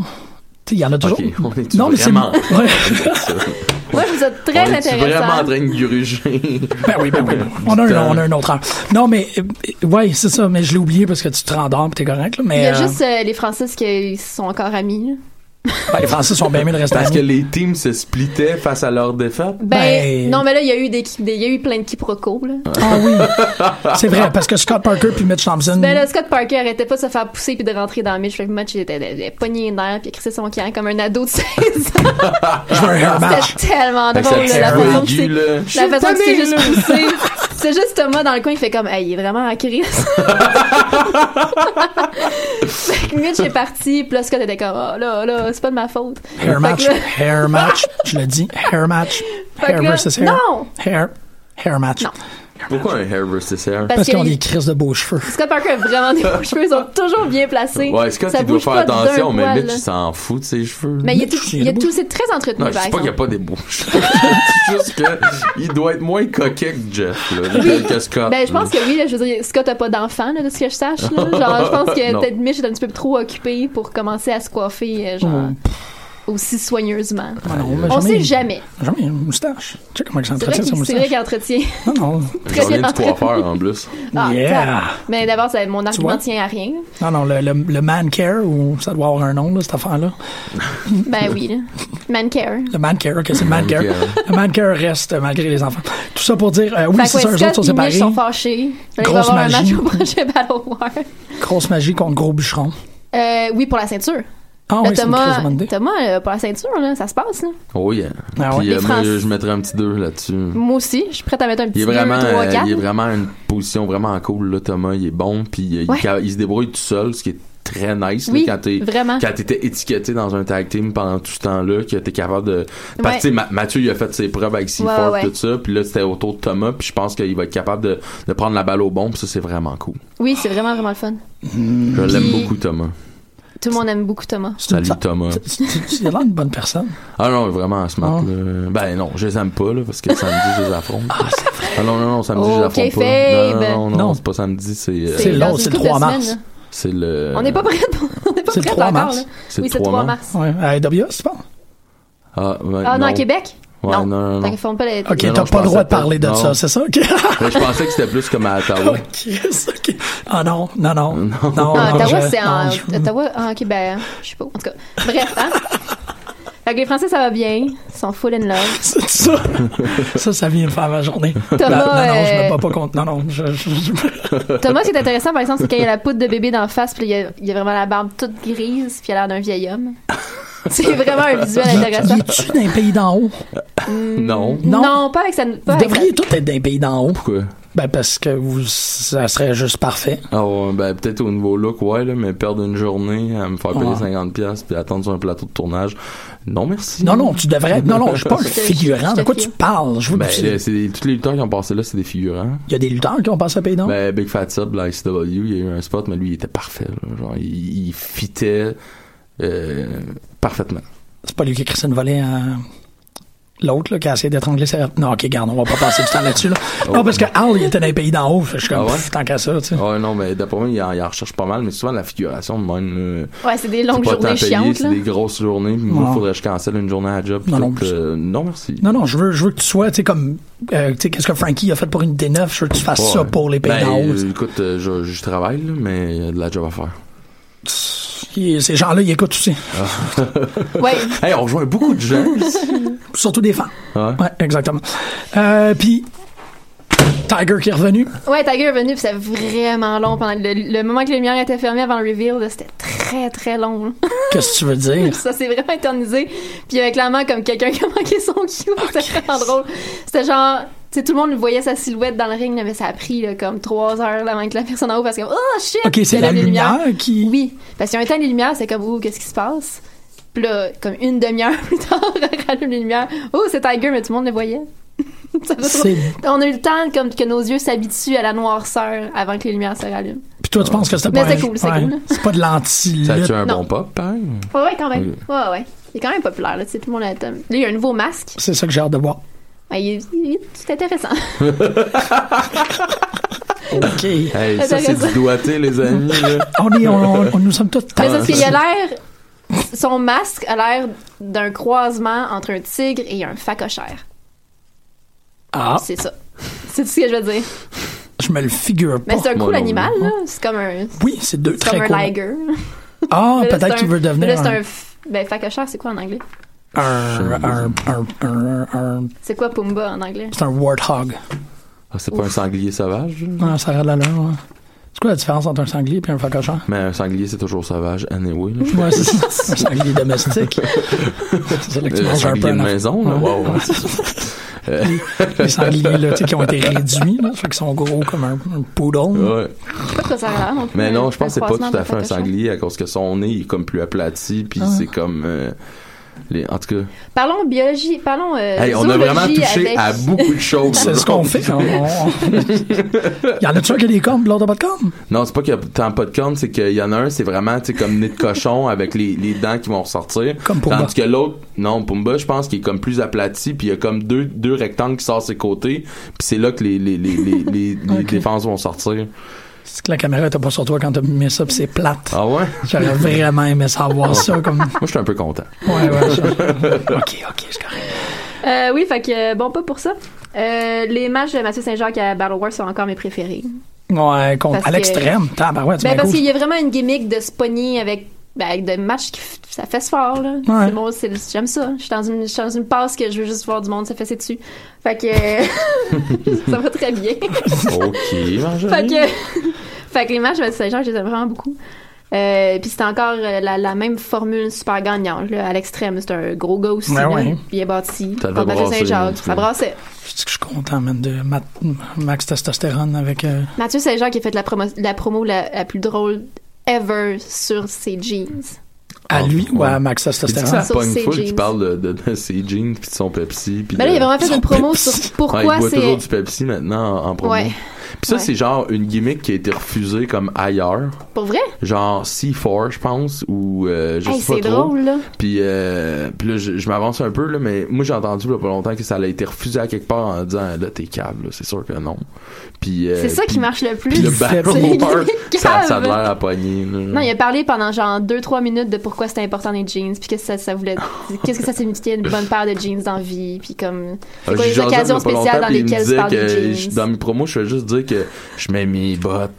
Tu sais, il y en a toujours.
Ok, on est-tu vraiment-
Ouais.
Moi, je vous ai
On
très
est vraiment en
intéressant.
train de gruger.
Ben oui, ben oui. On a, un, on a un autre heure. Non, mais, euh, euh, ouais, c'est ça, mais je l'ai oublié parce que tu te rendors pis t'es correct, là, mais.
Il y a
euh,
juste euh, les Francis qui sont encore amis. là.
Ben, les Français sont bien mieux de rester
Parce que
amis.
les teams se splittaient face à leur défaite.
Ben-
Ben, non, mais là, il y a eu des, des- il y a eu plein de quiproquos, là.
Ah oui. C'est vrai, parce que Scott Parker puis Mitch Thompson.
Ben là, Scott Parker arrêtait pas de se faire pousser puis de rentrer dans le match. Fait que le match, il était il était pogné les nerfs puis il crissait son camp comme un ado de 16 ans.
je veux un hair match.
C'était tellement
Fait que
drôle, là,
ça
la
tire
façon que
aigu,
c'est...
là.
La façon que c'est juste poussé. C'est juste Thomas dans le coin, il fait comme, hey, il est vraiment à crise. fait que Mitch est parti, puis là, Scott était comme, oh là, là, c'est pas de ma faute.
Hair match,
Fait que là-
hair match. Je le dis, hair match.
Fait que
Hair
là-
versus hair.
Non!
Hair, hair match.
Non.
Pourquoi un hair versus hair?
Parce,
Parce
que
qu'ils ont
lui-
des crises de beaux cheveux.
Scott Parker a vraiment des beaux cheveux, ils sont toujours bien placés.
Ouais, Scott,
Ça
il doit
bouge
faire
pas d'un
attention, mais
poil,
Mitch,
là.
il s'en fout de ses cheveux.
Mais il est
Mitch,
tout,
il a
il est
des
tout, c'est très entretenu,
Non, je
par
sais pas qu'il n'y a
exemple.
pas des beaux cheveux. C'est juste que il doit être moins coquet que Jeff, là, que Scott.
Ben, je pense que oui, là, je veux dire, Scott a pas d'enfant, là, de ce que je sache, là. Genre, je pense que
Non.
peut-être Mitch est un petit peu trop occupé pour commencer à se coiffer, euh, genre,
Mm.
aussi soigneusement.
Ah non, mais
On sait jamais.
Jamais une moustache. Tu sais comment ça
C'est vrai
entretient sa
qu'il- c'est vrai
moustache.
qu'il entretient
Non, non.
J'en
très
viens
bien
du
entretenu.
coiffeur, en plus.
Ah,
Yeah.
clap. Mais d'abord, ça- mon
vois?
argument tient à rien.
Non, non, le, le, le man care, ou ça doit avoir un nom, là, cette affaire-là.
Ben oui, là. Man care.
Le man care, ok, c'est le man care.
Man care.
Le man care reste euh, malgré les enfants. Tout ça pour dire, euh, oui,
Fait que
c'est ça,
ouais,
eux autres sont
Scott et Mitch
séparés.
sont fâchés. Il va y
Grosse
avoir un match
magie.
au prochain Battle War.
Grosse magie contre gros bûcheron.
Euh, oui, pour la ceinture.
Ah
Là,
oui, c'est une
Thomas,
grosse bonne idée.
Thomas euh, pour la ceinture, là, ça se passe. Là.
Oh yeah.
Ah ouais.
Puis euh,
Les
moi,
Français.
je mettrais un petit 2 là-dessus.
Moi aussi, je suis prête à mettre un
Il
petit
est
2,
vraiment,
3,
euh,
4.
il est vraiment à une position vraiment cool, là, Thomas. Il est bon, puis euh, il
Ouais.
ca- il, se débrouille tout seul, ce qui est très nice, là,
Oui,
quand t'es,
vraiment.
quand t'étais étiqueté dans un tag team pendant tout ce temps-là, que t'es capable de, parce que, tu sais, Ma- Mathieu, il a fait ses preuves avec
Ouais,
C4
ouais,
tout ça, puis là, c'était autour de Thomas, puis je pense qu'il va être capable de, de prendre la balle au bon, puis ça, c'est vraiment cool.
Oui, c'est vraiment, vraiment le fun.
Je l'aime
Puis-
beaucoup, Thomas.
Tout le monde aime beaucoup Thomas.
C'est une-
Salut, Thomas.
Tu- tu- tu- Il a l'air d'une bonne personne.
Ah non, vraiment, à ce moment là Ben non, je les aime pas, là, parce que samedi, je les affronte. Ah, c'est vrai. Ah non, non, non, samedi, je les affronte
Ok,
pas. Non,
Fabe.
Non, non, non,
Non.
c'est pas samedi, c'est, euh,
C'est
dans
long,
une
c'est le
couple de
3 mars.
semaines,
c'est le.
là. On n'est pas prête on n'est pas
C'est le
prête
3
encore.
mars.
là.
C'est
oui,
le
c'est le 3 mars.
Ouais, à AWS, tu penses?
Ah, ouais,
Ah non, à Québec?
Ouais, non, non, non.
Fait qu'ils font pas les...
Ok,
Non,
t'as
non, je
pas le droit
pensais
de parler de
pas. Non.
ça,
Ah
c'est ça? Ok.
Mais je pensais que c'était plus comme à Ottawa.
Ok, c'est ok. Ah non, non, non. Non,
Ah,
non,
Ottawa,
je-
c'est en.
non, je-
Ottawa, ah, ok, ben, je sais pas. En tout cas, bref, hein. Fait que les Français, ça va bien. Ils sont full in love.
C'est ça. ça, ça vient me faire ma journée.
Thomas,
non, non, je me
euh,
bats pas contre. Non, non, je, je- je-
Thomas, ce qui est intéressant, par exemple, c'est quand il y a la poudre de bébé d'en face, puis il y, a, il y a vraiment la barbe toute grise, puis il a l'air d'un vieil homme. C'est vraiment un visuel intéressant.
Il est-tu d'un pays d'en haut?
Non.
Non.
Non, pas avec sa. Pas
Vous
avec sa-
devriez tous être d'un pays d'en haut.
Pourquoi?
Ben, parce que vous, ça serait juste parfait.
Ah ouais, ben peut-être au niveau look, ouais, là, mais perdre une journée à me faire payer
Ah.
50$ piastres puis attendre sur un plateau de tournage. Non, merci.
Non, non, tu devrais. Non, non, je suis pas un
Je te-
figurant.
je
De
te
quoi
fie.
tu parles? Je veux
Ben,
que tu-
là, c'est des- tous les lutteurs qui ont passé là, c'est des figurants.
Il y a des lutteurs qui ont passé à pays d'en haut.
Ben, Big Fat Sub, la ICW, il y a eu un spot, mais lui, il était parfait. là. Genre, il, il fitait euh, parfaitement.
C'est pas lui qui a crissé une volée à l'autre là, qui a essayé d'étrangler sa. Non, ok, garde, on va pas passer du temps là-dessus. Là. Non, parce que Al, il était dans les pays d'en haut. fait que Je suis comme,
Ah ouais?
pff, tant qu'à ça, tu sais.
Ouais, non, mais d'après moi, il en, il en recherche pas mal, mais souvent la figuration, de même. là,
Ouais, c'est des
c'est
longues
pas tant
journées
payé,
chiantes, là.
c'est des grosses journées. puis Moi,
Non.
faudrait que je cancelle une journée à la job. puis
Non,
tout,
non, plus.
euh, non, merci.
Non, non, je veux, je veux que tu sois, tu sais, comme, euh, tu sais, qu'est-ce que Frankie a fait pour une D9, je veux que tu fasses ça
Ouais.
pour les pays
Ben,
d'en haut.
euh, écoute, euh, je, je travaille, là, mais il y a de la job à faire.
Qui- Ces gens-là, ils écoutent aussi.
Ouais,
Hey, on rejoint beaucoup de gens.
Surtout des fans.
Ouais.
Ouais, exactement. Euh, puis, Tiger qui est revenu.
ouais, Tiger est venu, puis c'est vraiment long. Pendant le, le moment que les lumières étaient fermées avant le reveal, là, c'était très, très long. là.
Qu'est-ce que tu veux dire?
Ça s'est vraiment éternisé. Puis il y avait clairement comme quelqu'un qui a manqué son cue.
Oh,
C'était vraiment drôle. C'était genre, tu sais, tout le monde voyait sa silhouette dans le ring, là, mais ça a pris là, comme trois heures là, avant que la personne en haut parce que, oh shit!
Ok, c'est
Elle
la
avait les
lumière
lumières.
qui.
Oui, parce qu'il y a un temps, les lumières, c'est comme, oh, qu'est-ce qui se passe? Puis là, comme une demi-heure plus tard, elle rallume les lumières. Oh, c'est Tiger, mais tout le monde les voyait. Ça fait trop-
C'est-
On a eu le temps comme que nos yeux s'habituent à la noirceur avant que les lumières se rallument.
Puis toi, tu penses que c'était
Mais
pas.
c'est
un-
cool, c'est
ouais.
cool.
C'est pas de lanti
Ça a-tu un
Non.
bon pop, hein? pareil?
Ouais, ouais, quand même. Ouais, ouais. Il est quand même populaire, là, tu sais, tout le monde a... euh, Là, il y a un nouveau masque.
C'est ça que j'ai hâte de voir.
Ouais, Ben, il est- il est- c'est intéressant.
Ok.
Hey, ça, c'est du doigté, les amis. là.
Oh, on est, on, on- nous sommes tous.
Euh. Mais c'est parce qu'il a l'air. Son masque a l'air d'un croisement entre un tigre et un facochère.
Ah,
C'est ça. C'est tout ce que je veux dire.
je me le figure pas.
Mais c'est un
moi
cool
non
animal, là. C'est comme un.
Oui, c'est deux
C'est comme
Ah. très
un
cool.
liger.
Ah,
Mais là,
peut-être
c'est
qu'il
un-
veut
mais
devenir.
Là, c'est
un-
un f- Ben, Fakashar, c'est quoi en anglais?
Un, un, un, un, un-
C'est quoi Pumba en anglais?
c'est un warthog.
Ah, c'est pas un sanglier sauvage? là?
Ah, ça a l'air ouais. C'est quoi la différence entre un sanglier et un facochard?
Mais un sanglier, c'est toujours sauvage, anyway. Là.
Ouais, c'est ça. un sanglier domestique. c'est là que tu
Euh,
manges un peu.
sanglier de
là.
maison, là.
Ouais.
wow.
Les sangliers là, tu sais, qui ont été réduits, là, fait qu'ils sont gros comme un, un poodle.
Ouais.
Je sais pas de quoi ça a l'air non plus.
Mais
un-
non, je pense que c'est pas
croisement
tout à
de Ah.
fait un
Fakashar.
sanglier à cause que son nez il est comme plus aplati, puis c'est comme. euh, les... En tout cas,
Parlons biologie, parlons. euh,
hey, on a
zoologie
vraiment touché
avec-
à beaucoup de choses.
C'est ce qu'on fait. On- on- Il y en a-tu un qui a des cornes, puis l'autre n'a pas de cornes?
Non, c'est pas qu'il y a tant pas de cornes, c'est qu'il y en a un, c'est vraiment, tu sais, comme nez de cochon avec les, les dents qui vont ressortir.
Comme Pumba.
Tandis que l'autre, non, Pumba, je pense qu'il est comme plus aplati, puis il y a comme deux, deux rectangles qui sortent ses côtés, puis c'est là que les, les, les, les, les, les
Ok.
défenses vont sortir.
C'est que la caméra était pas sur toi quand t'as mis ça, puis c'est plate.
Ah ouais?
J'aurais vraiment aimé savoir ça comme.
Moi, je suis un peu content.
Ouais, ouais. ça- ok, ok, c'est correct.
Euh, oui, fait que euh, bon, pas pour ça. Euh, les matchs de Mathieu Saint-Jacques à Battle War sont encore mes préférés.
Ouais, contre-
Parce
à
que-
l'extrême. T'as, bah ouais, tu
Ben, parce
m'écoutes.
qu'il y a vraiment une gimmick de se pogner avec, ben, avec des matchs qui f- ça fesse fort, là.
Ouais.
C'est bon, c'est, j'aime ça. Je suis, dans une, je suis dans une passe que je veux juste voir du monde se fesser dessus. Fait que. euh, ça va très bien.
OK,
fait,
Marjorie.
que, fait que les matchs de Mathieu Saint-Jacques, je les aime vraiment beaucoup. Euh, puis c'est encore euh, la, la même formule super gagnante, là, à l'extrême. C'est un gros gars aussi,
Ouais,
là,
ouais.
bien bâti.
Ça
Contre
devait
Mathieu
brasser,
Saint-Jacques, ça
ouais.
brassait.
Je dis que je suis content, man, de ma- Max Testostérone avec. euh,
Mathieu Saint-Jean qui a fait la, promo la promo la, la plus drôle ever sur ses jeans.
à
Ah,
lui ou à
ouais.
Max
C'est que
Testostérone?
ça
Sur
pas une
ses
fois qui
jeans.
parle de, de, de ses jeans puis de son Pepsi puis
Ben là,
de-
il a vraiment fait
Son
une promo
Pepsi.
sur
Ouais,
pourquoi
il boit
c'est.
toujours du Pepsi maintenant en, en promo.
Ouais.
Puis ça,
Ouais.
c'est genre une gimmick qui a été refusée comme ailleurs.
Pour vrai?
genre C4 je pense ou euh, je
Hey,
sais
c'est
pas trop
drôle, là.
puis euh, puis là je, je m'avance un peu là mais moi j'ai entendu il y a pas longtemps que ça a été refusé à quelque part en disant là t'es câble là, c'est sûr que non puis euh,
C'est ça qui
puis-
marche le
puis
plus.
le
C'est
battle
les
war, ça, ça a
caves.
de l'air à poigner là.
Non, il a parlé pendant genre 2-3 minutes de pourquoi c'était important les jeans, puis qu'est-ce que ça, ça voulait. Qu'est-ce que ça signifiait une bonne paire de jeans dans la vie, puis comme. C'est
Euh,
quoi
j'ai
les
jasé
occasions
il y a pas
spéciales
longtemps,
dans
puis il me
lesquelles tu
disait
parles
que
de
je-
jeans?
dans mes promos je fais juste dire que je mets mes bottes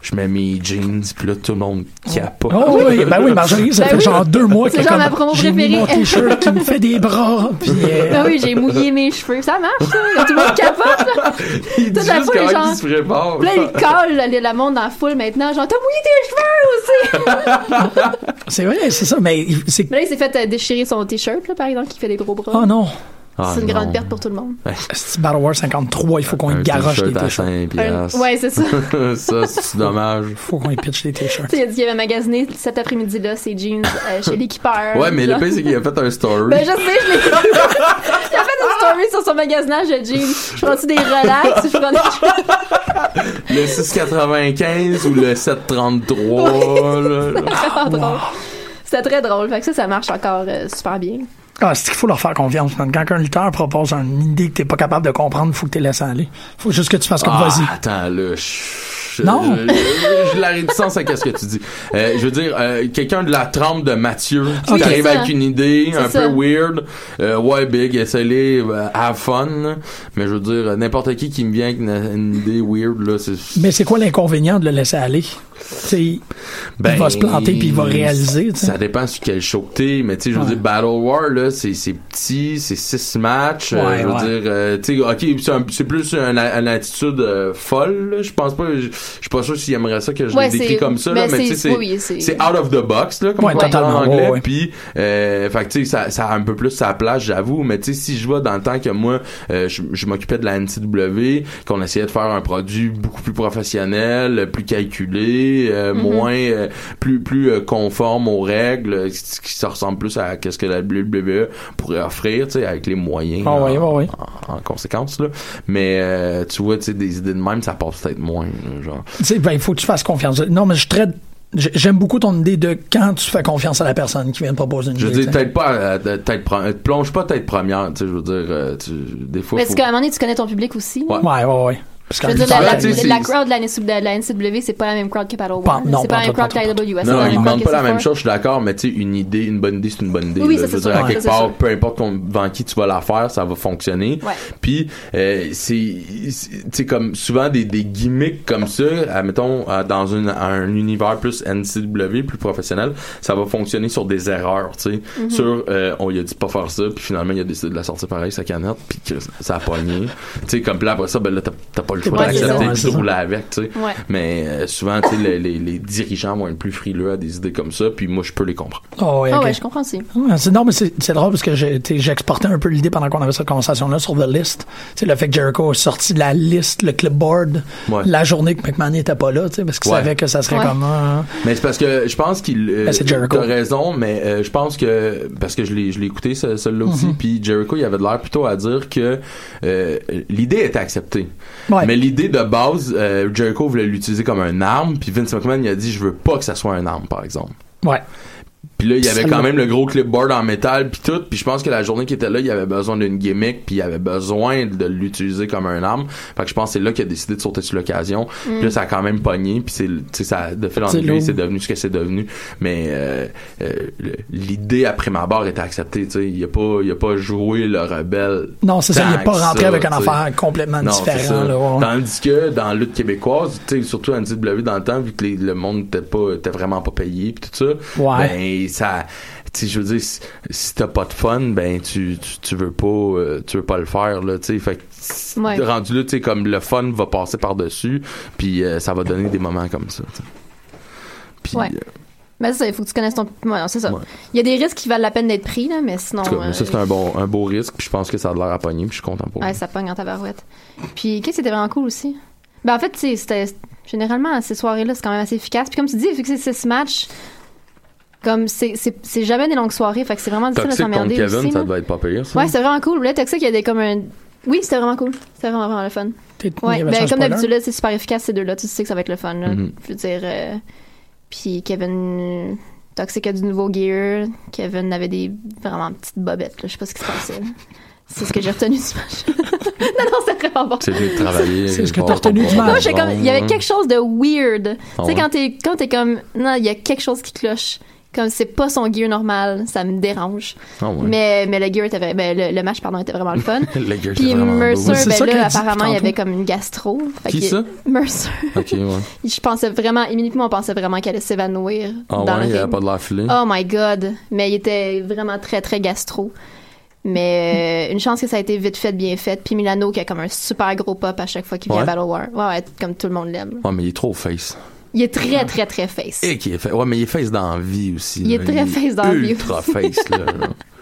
je mets mes jeans puis là tout le monde capote
Oh oui, ben oui, Marjorie, ça
Ben
fait
oui.
genre deux mois
C'est
que
genre
comme,
ma promo
j'ai mis
préférée.
mon t-shirt qui me fait des bras, puis euh,
Ah oui, j'ai mouillé mes cheveux. Ça marche, ça. Tout le monde capote, là.
il dit
toute la
juste
fois, les
comment
gens-
il se prépare
Puis là, il colle là, la monde dans la foule maintenant. Genre, t'as mouillé tes cheveux aussi!
c'est vrai, c'est ça, mais il- c'est...
Mais là, il s'est fait euh, déchirer son t-shirt, là, par exemple, qui fait des gros bras.
Oh non,
Ah,
c'est une grande
non.
perte pour tout le monde.
c'est Battle War 53, il faut qu'on
un
garoche les
t-shirt à
t-shirts.
5
Un-
piastres.
Ouais, c'est ça. Tu
ça, c'est dommage.
faut qu'on pitch les t-shirts.
sais, il a dit qu'il avait magasiné cet après-midi-là ses jeans euh, chez l'équipeur.
Ouais, mais le
Genre.
pire, c'est qu'il a fait un story.
Ben, je sais, je l'ai Il a fait une story sur son magasinage de jeans. Je prends-tu des relax? Je prends
Le 6,95 ou le 7,33. là.
des vraiment drôle. C'était très drôle. Fait que ça, ça marche encore euh, super bien.
Ah, c'est qu'il faut leur faire confiance, man. Quand un lutteur propose une idée que t'es pas capable de comprendre, faut que t'es laisses aller. Faut juste que tu fasses comme
Ah,
vas-y.
attends, là, je...
Non.
je- je- J'ai la réticence à qu'est-ce que tu dis. Euh, je veux dire, euh, quelqu'un de la trempe de Mathieu qui
Oui,
arrive
c'est ça.
avec une idée un
C'est ça.
peu weird. euh, ouais, big, essaye euh, have fun. Mais je veux dire, euh, n'importe qui qui me vient avec une, une idée weird, là, c'est...
Mais c'est quoi l'inconvénient de le laisser aller? C'est
Ben,
il va se planter puis il va réaliser. tu sais.
Ça dépend sur quel show que t'es, mais tu sais, je veux
Ouais.
dire, Battle War, là, c'est, c'est petit, c'est six matchs, euh,
Ouais,
je veux
ouais.
dire, euh, tu sais, ok, c'est, un- c'est plus un- une attitude euh, folle, là, je pense pas, je je suis pas sûr s'il aimerait ça que je
Ouais,
le décris
c'est-
comme ça,
mais
là, mais tu sais,
c'est-
c'est,
oui, oui, c'est-
c'est out of the box, là, comme
Ouais,
on dit
totalement,
en anglais,
ouais, ouais.
puis, euh, fait que tu sais, ça, ça a un peu plus sa place, j'avoue, mais tu sais, si je vois dans le temps que moi, euh, je, je m'occupais de la NCW, qu'on essayait de faire un produit beaucoup plus professionnel, plus calculé, euh, moins, euh, plus, plus euh, conforme aux règles, euh, ce qui se ressemble plus à qu'est-ce que la WWE pourrait offrir, tu sais, avec les moyens.
Ah
là,
ouais, ouais, ouais.
En, en conséquence, là. Mais, euh, tu vois, tu sais, des idées de même, ça passe peut-être moins, là, genre.
Tu sais, ben, il faut que tu fasses confiance. Non, mais je traite. j'ai- J'aime beaucoup ton idée de quand tu fais confiance à la personne qui vient de proposer une
Je veux
idée.
dire,
tu sais.
peut-être pas, euh, peut-être, pre- euh, plonge pas tête première, tu sais, je veux dire, euh, tu, des fois,
Mais
faut-
c'est qu'à un moment donné, tu connais ton public aussi.
Ouais.
Ouais, ouais, ouais. Parce
Je
qu'en
veux dire,
même
la,
temps,
la,
t'as-
tu sais,
la
c'est-
crowd de la NCW, de la NCW, c'est pas la même crowd que Paddle
Pas-
One.
non,
C'est
pas
pas la même
en tout,
crowd que
pas en tout, pas en
IWS.
tout.
c'est
Non, non,
la
ils
même crowd
demandent
que
pas la
C4.
même chose, je suis d'accord, mais tu sais, une idée, une bonne idée, c'est une bonne idée.
Oui,
là.
ça,
je veux
c'est
dire,
sûr.
à
Ouais. Ça,
quelque
c'est
part,
sûr.
peu importe com- devant qui tu vas la faire, ça va fonctionner.
Ouais.
Puis, euh, c'est, c'est- tu sais, comme souvent des, des gimmicks comme ça, admettons, euh, dans une- un univers plus NCW, plus professionnel, ça va fonctionner sur des erreurs, tu sais. Sur, euh, on lui a dit de pas faire ça, puis finalement, il a décidé de la sortir pareil, sa canette, puis que ça a pogné. tu sais, comme, puis là, après ça, ben là, t'as t'as pas le choix
Ouais, c'est
d'accepter
ça.
puis
Ouais, c'est
de
ça.
rouler avec, tu sais.
Ouais.
Mais euh, souvent, tu sais, les, les- les dirigeants vont être plus frileux à des idées comme ça, puis moi, je peux les comprendre.
Ah ouais,
Ah
ok.
ouais, je comprends aussi.
Ouais, c'est- non, mais c'est c'est drôle parce que j'ai t'sais, j'exportais un peu l'idée pendant qu'on avait cette conversation-là sur The List. C'est le fait que Jericho a sorti de la liste, le clipboard,
Ouais.
la journée que McMahon n'était pas là, t'sais, parce qu'il
Ouais.
savait que ça serait
Ouais.
comme... euh,
Mais c'est parce que je pense qu'il. Euh,
Ben, c'est Jericho.
T'as raison, mais euh, je pense que. Parce que je l'ai je l'ai écouté, ce- celui-là aussi,
Mhm.
puis Jericho, il avait de l'air plutôt à dire que euh, l'idée était acceptée.
Ouais.
Mais l'idée de base, euh, Jericho voulait l'utiliser comme un arme, puis Vince McMahon, il a dit Je veux pas que ça soit un arme, par exemple.
ouais.
Puis là, il y avait quand
Absolument.
même le gros clipboard en métal puis tout. Puis je pense que la journée qui était là, il avait besoin d'une gimmick puis il avait besoin de l'utiliser comme un arme. Fait que je pense que c'est là qu'il a décidé de sauter sur l'occasion. Puis là, ça a quand même pogné. Puis c'est, tu sais, ça, de fil en
Mm. C'est
aiguille,
lourd.
c'est devenu ce que c'est devenu. Mais euh, euh, le- l'idée après ma barre était acceptée. Tu sais, il a pas, il a pas joué le rebelle.
Non, c'est ça, il n'est
tant
pas
que
rentré
ça,
avec une
tu sais.
affaire complètement
Non, c'est ça.
différente. là, ouais.
Tandis que dans la lutte québécoise, tu sais, surtout en NCW dans le temps, vu que les- le monde était pas, était vraiment pas payé pis tout ça.
Ouais.
Ben, ça, tu sais, je veux dire, si, si t'as pas de fun, ben, tu, tu, tu veux pas, euh, tu veux pas le faire, là, tu sais. Fait que,
Ouais.
rendu là, tu sais, comme le fun va passer par-dessus, puis euh, ça va donner des moments comme ça, tu sais. euh, Puis,
Ouais. Mais Ben, c'est ça, il faut que tu connaisses ton. Ouais, non, c'est ça.
Ouais.
Il y a des risques qui valent la peine d'être pris, là, mais sinon.
en tout cas,
euh,
ça, c'est un, bon, un beau risque, puis je pense que ça a de l'air à pogner, puis je suis content pour
Ouais,
lui.
ça pogne en tabarouette. Puis, qu'est-ce qui était vraiment cool aussi? Ben, en fait, tu sais, c'était. Généralement, ces soirées-là, c'est quand même assez efficace. Puis, comme tu dis, vu que c'est six matchs, comme c'est- c'est c'est jamais des longues soirées, fait que c'est vraiment difficile de
Toxic contre
s'emmerder.
Kevin,
aussi,
ça
là.
devait être pas pire, ça.
Ouais, c'était vraiment cool. Là, Toxic, il y a des comme un. Oui, c'était vraiment cool. C'était vraiment, vraiment le fun.
T'es- il y
Ouais,
avait
ben,
ça,
comme
spoiler?
d'habitude, là, c'est super efficace, ces deux-là. Tu sais que ça va être le fun, là.
Mhm.
Je veux dire. euh, Puis, Kevin. euh, Toxic a du nouveau gear. Kevin avait des vraiment petites bobettes, là. Je sais pas ce qui se passait. là. C'est ce que j'ai retenu du match. non, non, c'était vraiment bon.
C'est venu de travailler.
C'est ce que
bon,
t'as retenu
bon,
du
bon,
match.
Moi, j'ai
bon,
comme, il y avait
hein.
quelque chose de weird.
Ah
tu sais,
ouais?
quand t'es, quand t'es comme, non, il y a quelque chose qui cloche. Comme c'est pas son gear normal, ça me dérange.
Ah ouais.
Mais, mais le gear était, vra- ben, le, le match, pardon, était vraiment le fun.
Le gars,
Puis
c'est vraiment
Oui,
Mercer,
c'est ça
ben
qu'elle
là,
dit
apparemment, il y
tantôt.
avait comme une gastro. Fait
Qui
qu'il-
ça?
Mercer.
beau. Ok, ouais.
Je pensais vraiment, immédiatement, on pensait vraiment qu'elle allait s'évanouir
Ah
dans
ouais, il
le
n'y avait
ring.
pas de l'air filé.
Oh my god. Mais il était vraiment très, très gastro. Mais euh, une chance que ça a été vite fait, bien fait. Puis Milano qui a comme un super gros pop à chaque fois qu'il vient
Ouais.
à Battle War. Ouais, ouais, comme tout le monde l'aime.
Ouais, mais il est trop face.
Il est très, très, très face.
Et qui est face. Ouais, mais il est face dans la vie aussi.
Il est
là.
très face dans la vie
Ultra
aussi.
face, là.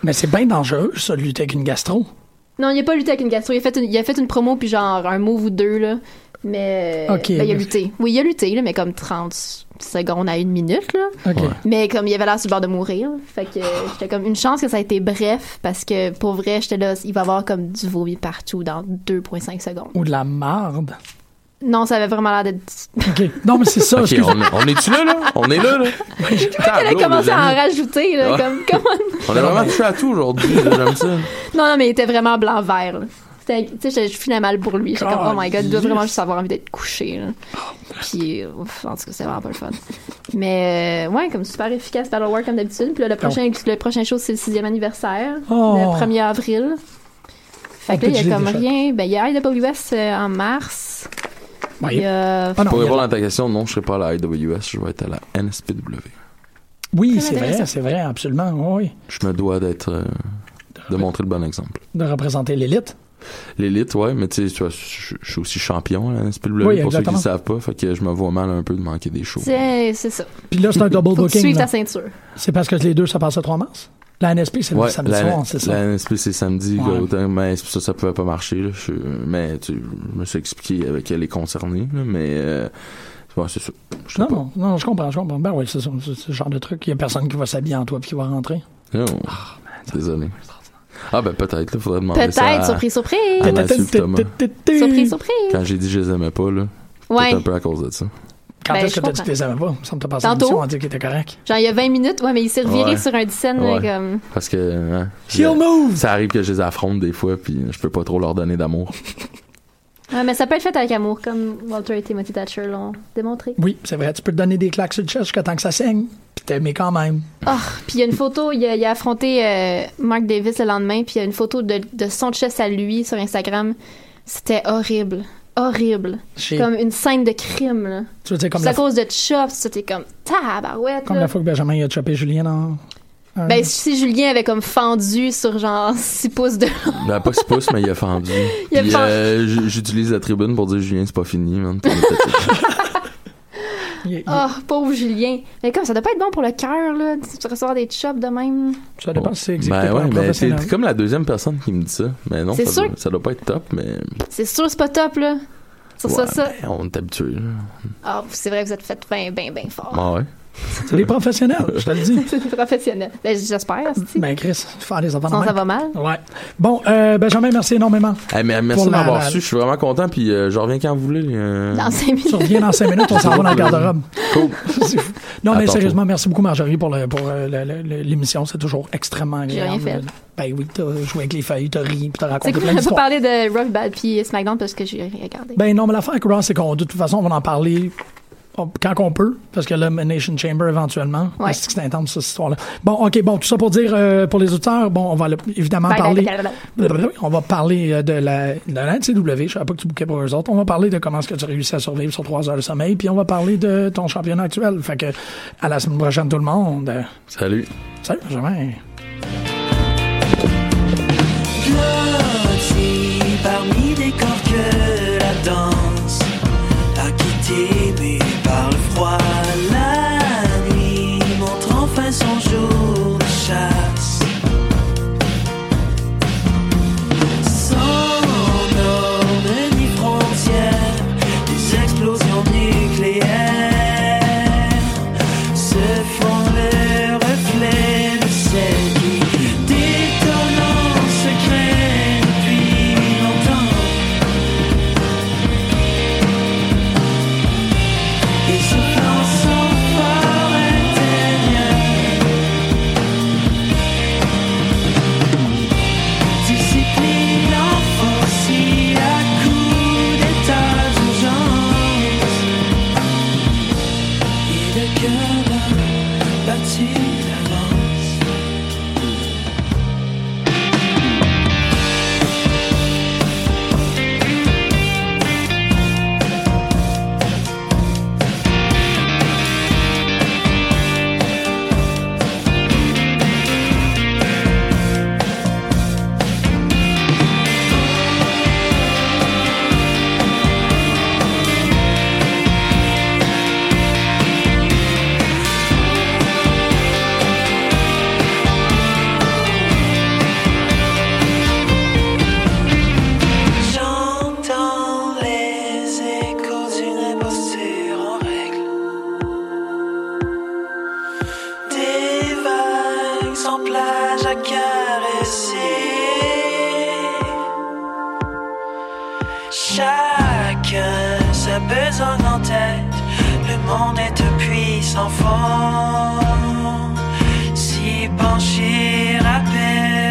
Mais c'est bien dangereux, ça, de lutter avec une gastro.
Non, il n'a pas lutté avec une gastro. Il a fait une, il a fait une promo, puis genre un move ou deux, là. Mais
Ok.
ben, il a lutté. Oui, il a lutté, là, mais comme 30 secondes à une minute, là.
OK.
Mais comme il avait l'air sur le bord de mourir. Fait que euh, j'étais comme une chance que ça a été bref, parce que pour vrai, j'étais là, il va y avoir comme du vomi partout dans 2,5 secondes.
Ou de la marde.
Non, ça avait vraiment l'air d'être.
OK. Non, mais c'est ça.
Ok,
excuse-
on, on est-tu là, là? On est là, là?
Elle a
Tableau,
commencé
Ah,
à en
les amis. Ah.
rajouter, là.
Ouais.
Comme, comment-
On a vraiment touché à tout aujourd'hui, là, j'aime ça.
Non, non, mais il était vraiment blanc-vert, là. C'était- Tu sais, j'étais- je filais mal pour lui. J'étais comme, oh my god, il doit vraiment juste avoir envie d'être couché, là.
Oh.
Puis, ouf, en tout cas, c'est vraiment pas le fun. Mais, euh, ouais, comme super efficace, Battle War comme d'habitude. Puis là, le prochain, le prochain show, c'est le sixième anniversaire,
Oh.
le 1er avril. Fait que
On
là, il y
peut
a comme
geler déjà.
rien. Ben, il y a IWS euh, en mars.
Ouais.
Il y a.
Ah non, il
Pour
y a-
répondre à ta question, non, je serai pas à la IWS, je vais être à la NSPW.
Oui,
Très
c'est vrai,
intéressant.
c'est vrai, absolument. Oui,
Je me dois d'être. euh, de montrer le bon exemple.
de représenter l'élite.
L'élite, ouais, mais tu sais, tu vois, je je suis aussi champion à la NSPW,
Oui,
pour ceux qui
exactement.
ne savent pas, fait que je me vois mal un peu de manquer des shows.
C'est c'est ça.
Puis là, c'est un double
Faut que tu
booking.
suives
là.
ta ceinture.
C'est parce que les deux, ça passe le 3 mars. La NSP, c'est le samedi
la,
soir, c'est ça.
La NSP, c'est samedi,
Ouais.
gars, autant- mais c'est pour ça, ça pouvait pas marcher. Là, je, mais tu, je me suis expliqué avec les concernés, là, mais euh, ouais, c'est ça. Je sais
Non,
pas.
non, non, je comprends, je comprends. Ben oui, c'est ça, c'est ce genre de truc. Il y a personne qui va s'habiller en toi puis qui va rentrer.
Non.
ben,
Désolé. Ah ben peut-être, il faudrait demander ça.
Peut-être,
à-
surprise, surprise.
Ah, ben, Massif, Thomas.
Surprise,
Surprise, surprise.
Quand j'ai dit je les aimais pas, là,
Ouais.
peut-être un peu à cause de ça.
Quand
Ben,
est-ce que
je
t'as dit
comprends.
que t'es aimais pas? Ça me t'a passé
Tantôt.
l'émission, on dit qu'il était correct.
Genre, il y a 20 minutes, ouais, mais il s'est reviré
Ouais.
sur un 10 scène,
Ouais.
là, comme.
Parce que hein,
He'll
je-
move!
ça arrive que je les affronte des fois, puis je peux pas trop leur donner d'amour.
Ouais, Ouais, mais ça peut être fait avec amour, comme Walter et Timothy Thatcher l'ont démontré.
Oui, c'est vrai, tu peux te donner des claques sur le chest jusqu'à temps que ça saigne, puis t'aimer quand même.
Oh, puis il y a une photo, il a, il a affronté euh, Mark Davis le lendemain, puis il y a une photo de, de son chest à lui sur Instagram. C'était horrible. Horrible.
J'ai-
Comme une scène de crime, là.
Tu veux dire comme
C'est à
la,
cause de Chops, c'était comme tabarouette.
comme
là.
la fois que Benjamin il a chopé Julien dans... un-
Ben, si Julien avait comme fendu sur genre 6 pouces de.
Mm.
Ben, pas 6 pouces, mais il a fendu.
Il a
Puis,
fendu.
euh, j- j'utilise la tribune pour dire Julien, c'est pas fini, man. T'en as fait-
il- il-
Oh, pauvre Julien. Mais comme ça doit pas être bon pour le cœur, là, de recevoir des chops de même.
Ça dépend si c'est exécuté
Ben
par un
ouais, mais c'est
professionnel.
t'es comme la deuxième personne qui me dit ça. Mais non,
C'est
ça
sûr.
doit, ça dois pas être top, mais
C'est sûr, c'est pas top, là. Ça soit
ouais,
ça.
ben, on est habitué. là.
Ah, c'est vrai, vous êtes fait bien, bien, bien fort.
Ah ouais.
C'est les professionnels, je te le dis.
C'est professionnel. Ben, j'espère, c'est
Ben Chris, faire les
Sinon,
enfants
ça va mal.
Ouais. Bon, euh, Benjamin, merci énormément.
Eh, mais, merci de
la-
m'avoir
la-
su, je suis vraiment content, puis euh, je reviens quand vous voulez. euh.
Dans 5 minutes.
Tu reviens dans 5 minutes, on s'en va dans le garde-robe.
Cool.
Non, mais
Attends-toi.
sérieusement, merci beaucoup, Marjorie, pour le- pour, euh, le- le- le- l'émission. C'est toujours extrêmement
J'ai
agréable.
rien fait.
Ben oui, t'as joué avec les feuilles, t'as ri, puis t'as
C'est
raconté
cool,
plein
on n'a pas
d'histoires.
parlé de Rock Bad puis SmackDown parce que j'ai regardé.
Ben non, mais l'affaire avec Raw, c'est qu'on, de toute façon, on va en parler on- quand qu'on peut, parce que là, Nation Chamber, éventuellement,
Ouais.
Est-ce que c'est intense, cette histoire-là. Bon, OK, bon, tout ça pour dire, euh, pour les auteurs, bon, on va le- évidemment
Bye, bye,
parler...
bye, bye, bye.
On va parler euh, de la, de la NCW. Je savais pas que tu bouquais pour eux autres. On va parler de comment est-ce que tu réussis à survivre sur trois heures de sommeil. Puis on va parler de ton championnat actuel. Fait que à la semaine prochaine, tout le monde. Euh,
Salut.
Salut, Benjamin.
Blotti parmi des corps que la danse a quitté, mais par le froid, la nuit montre enfin son jour de chasse. Sans normes ni frontières, des explosions nucléaires se font le reflet de celle qui détonnant se crée depuis longtemps. Et soufflant son fort intérieur, discipline l'enfant si à coup d'état d'urgence. Et le cœur battu d'avance. J'entends les échos d'une imposture en règle. Des vagues sans plage à caresser. Chacun sa besogne en tête. Le monde est depuis sans fond. Si pencher rappelle.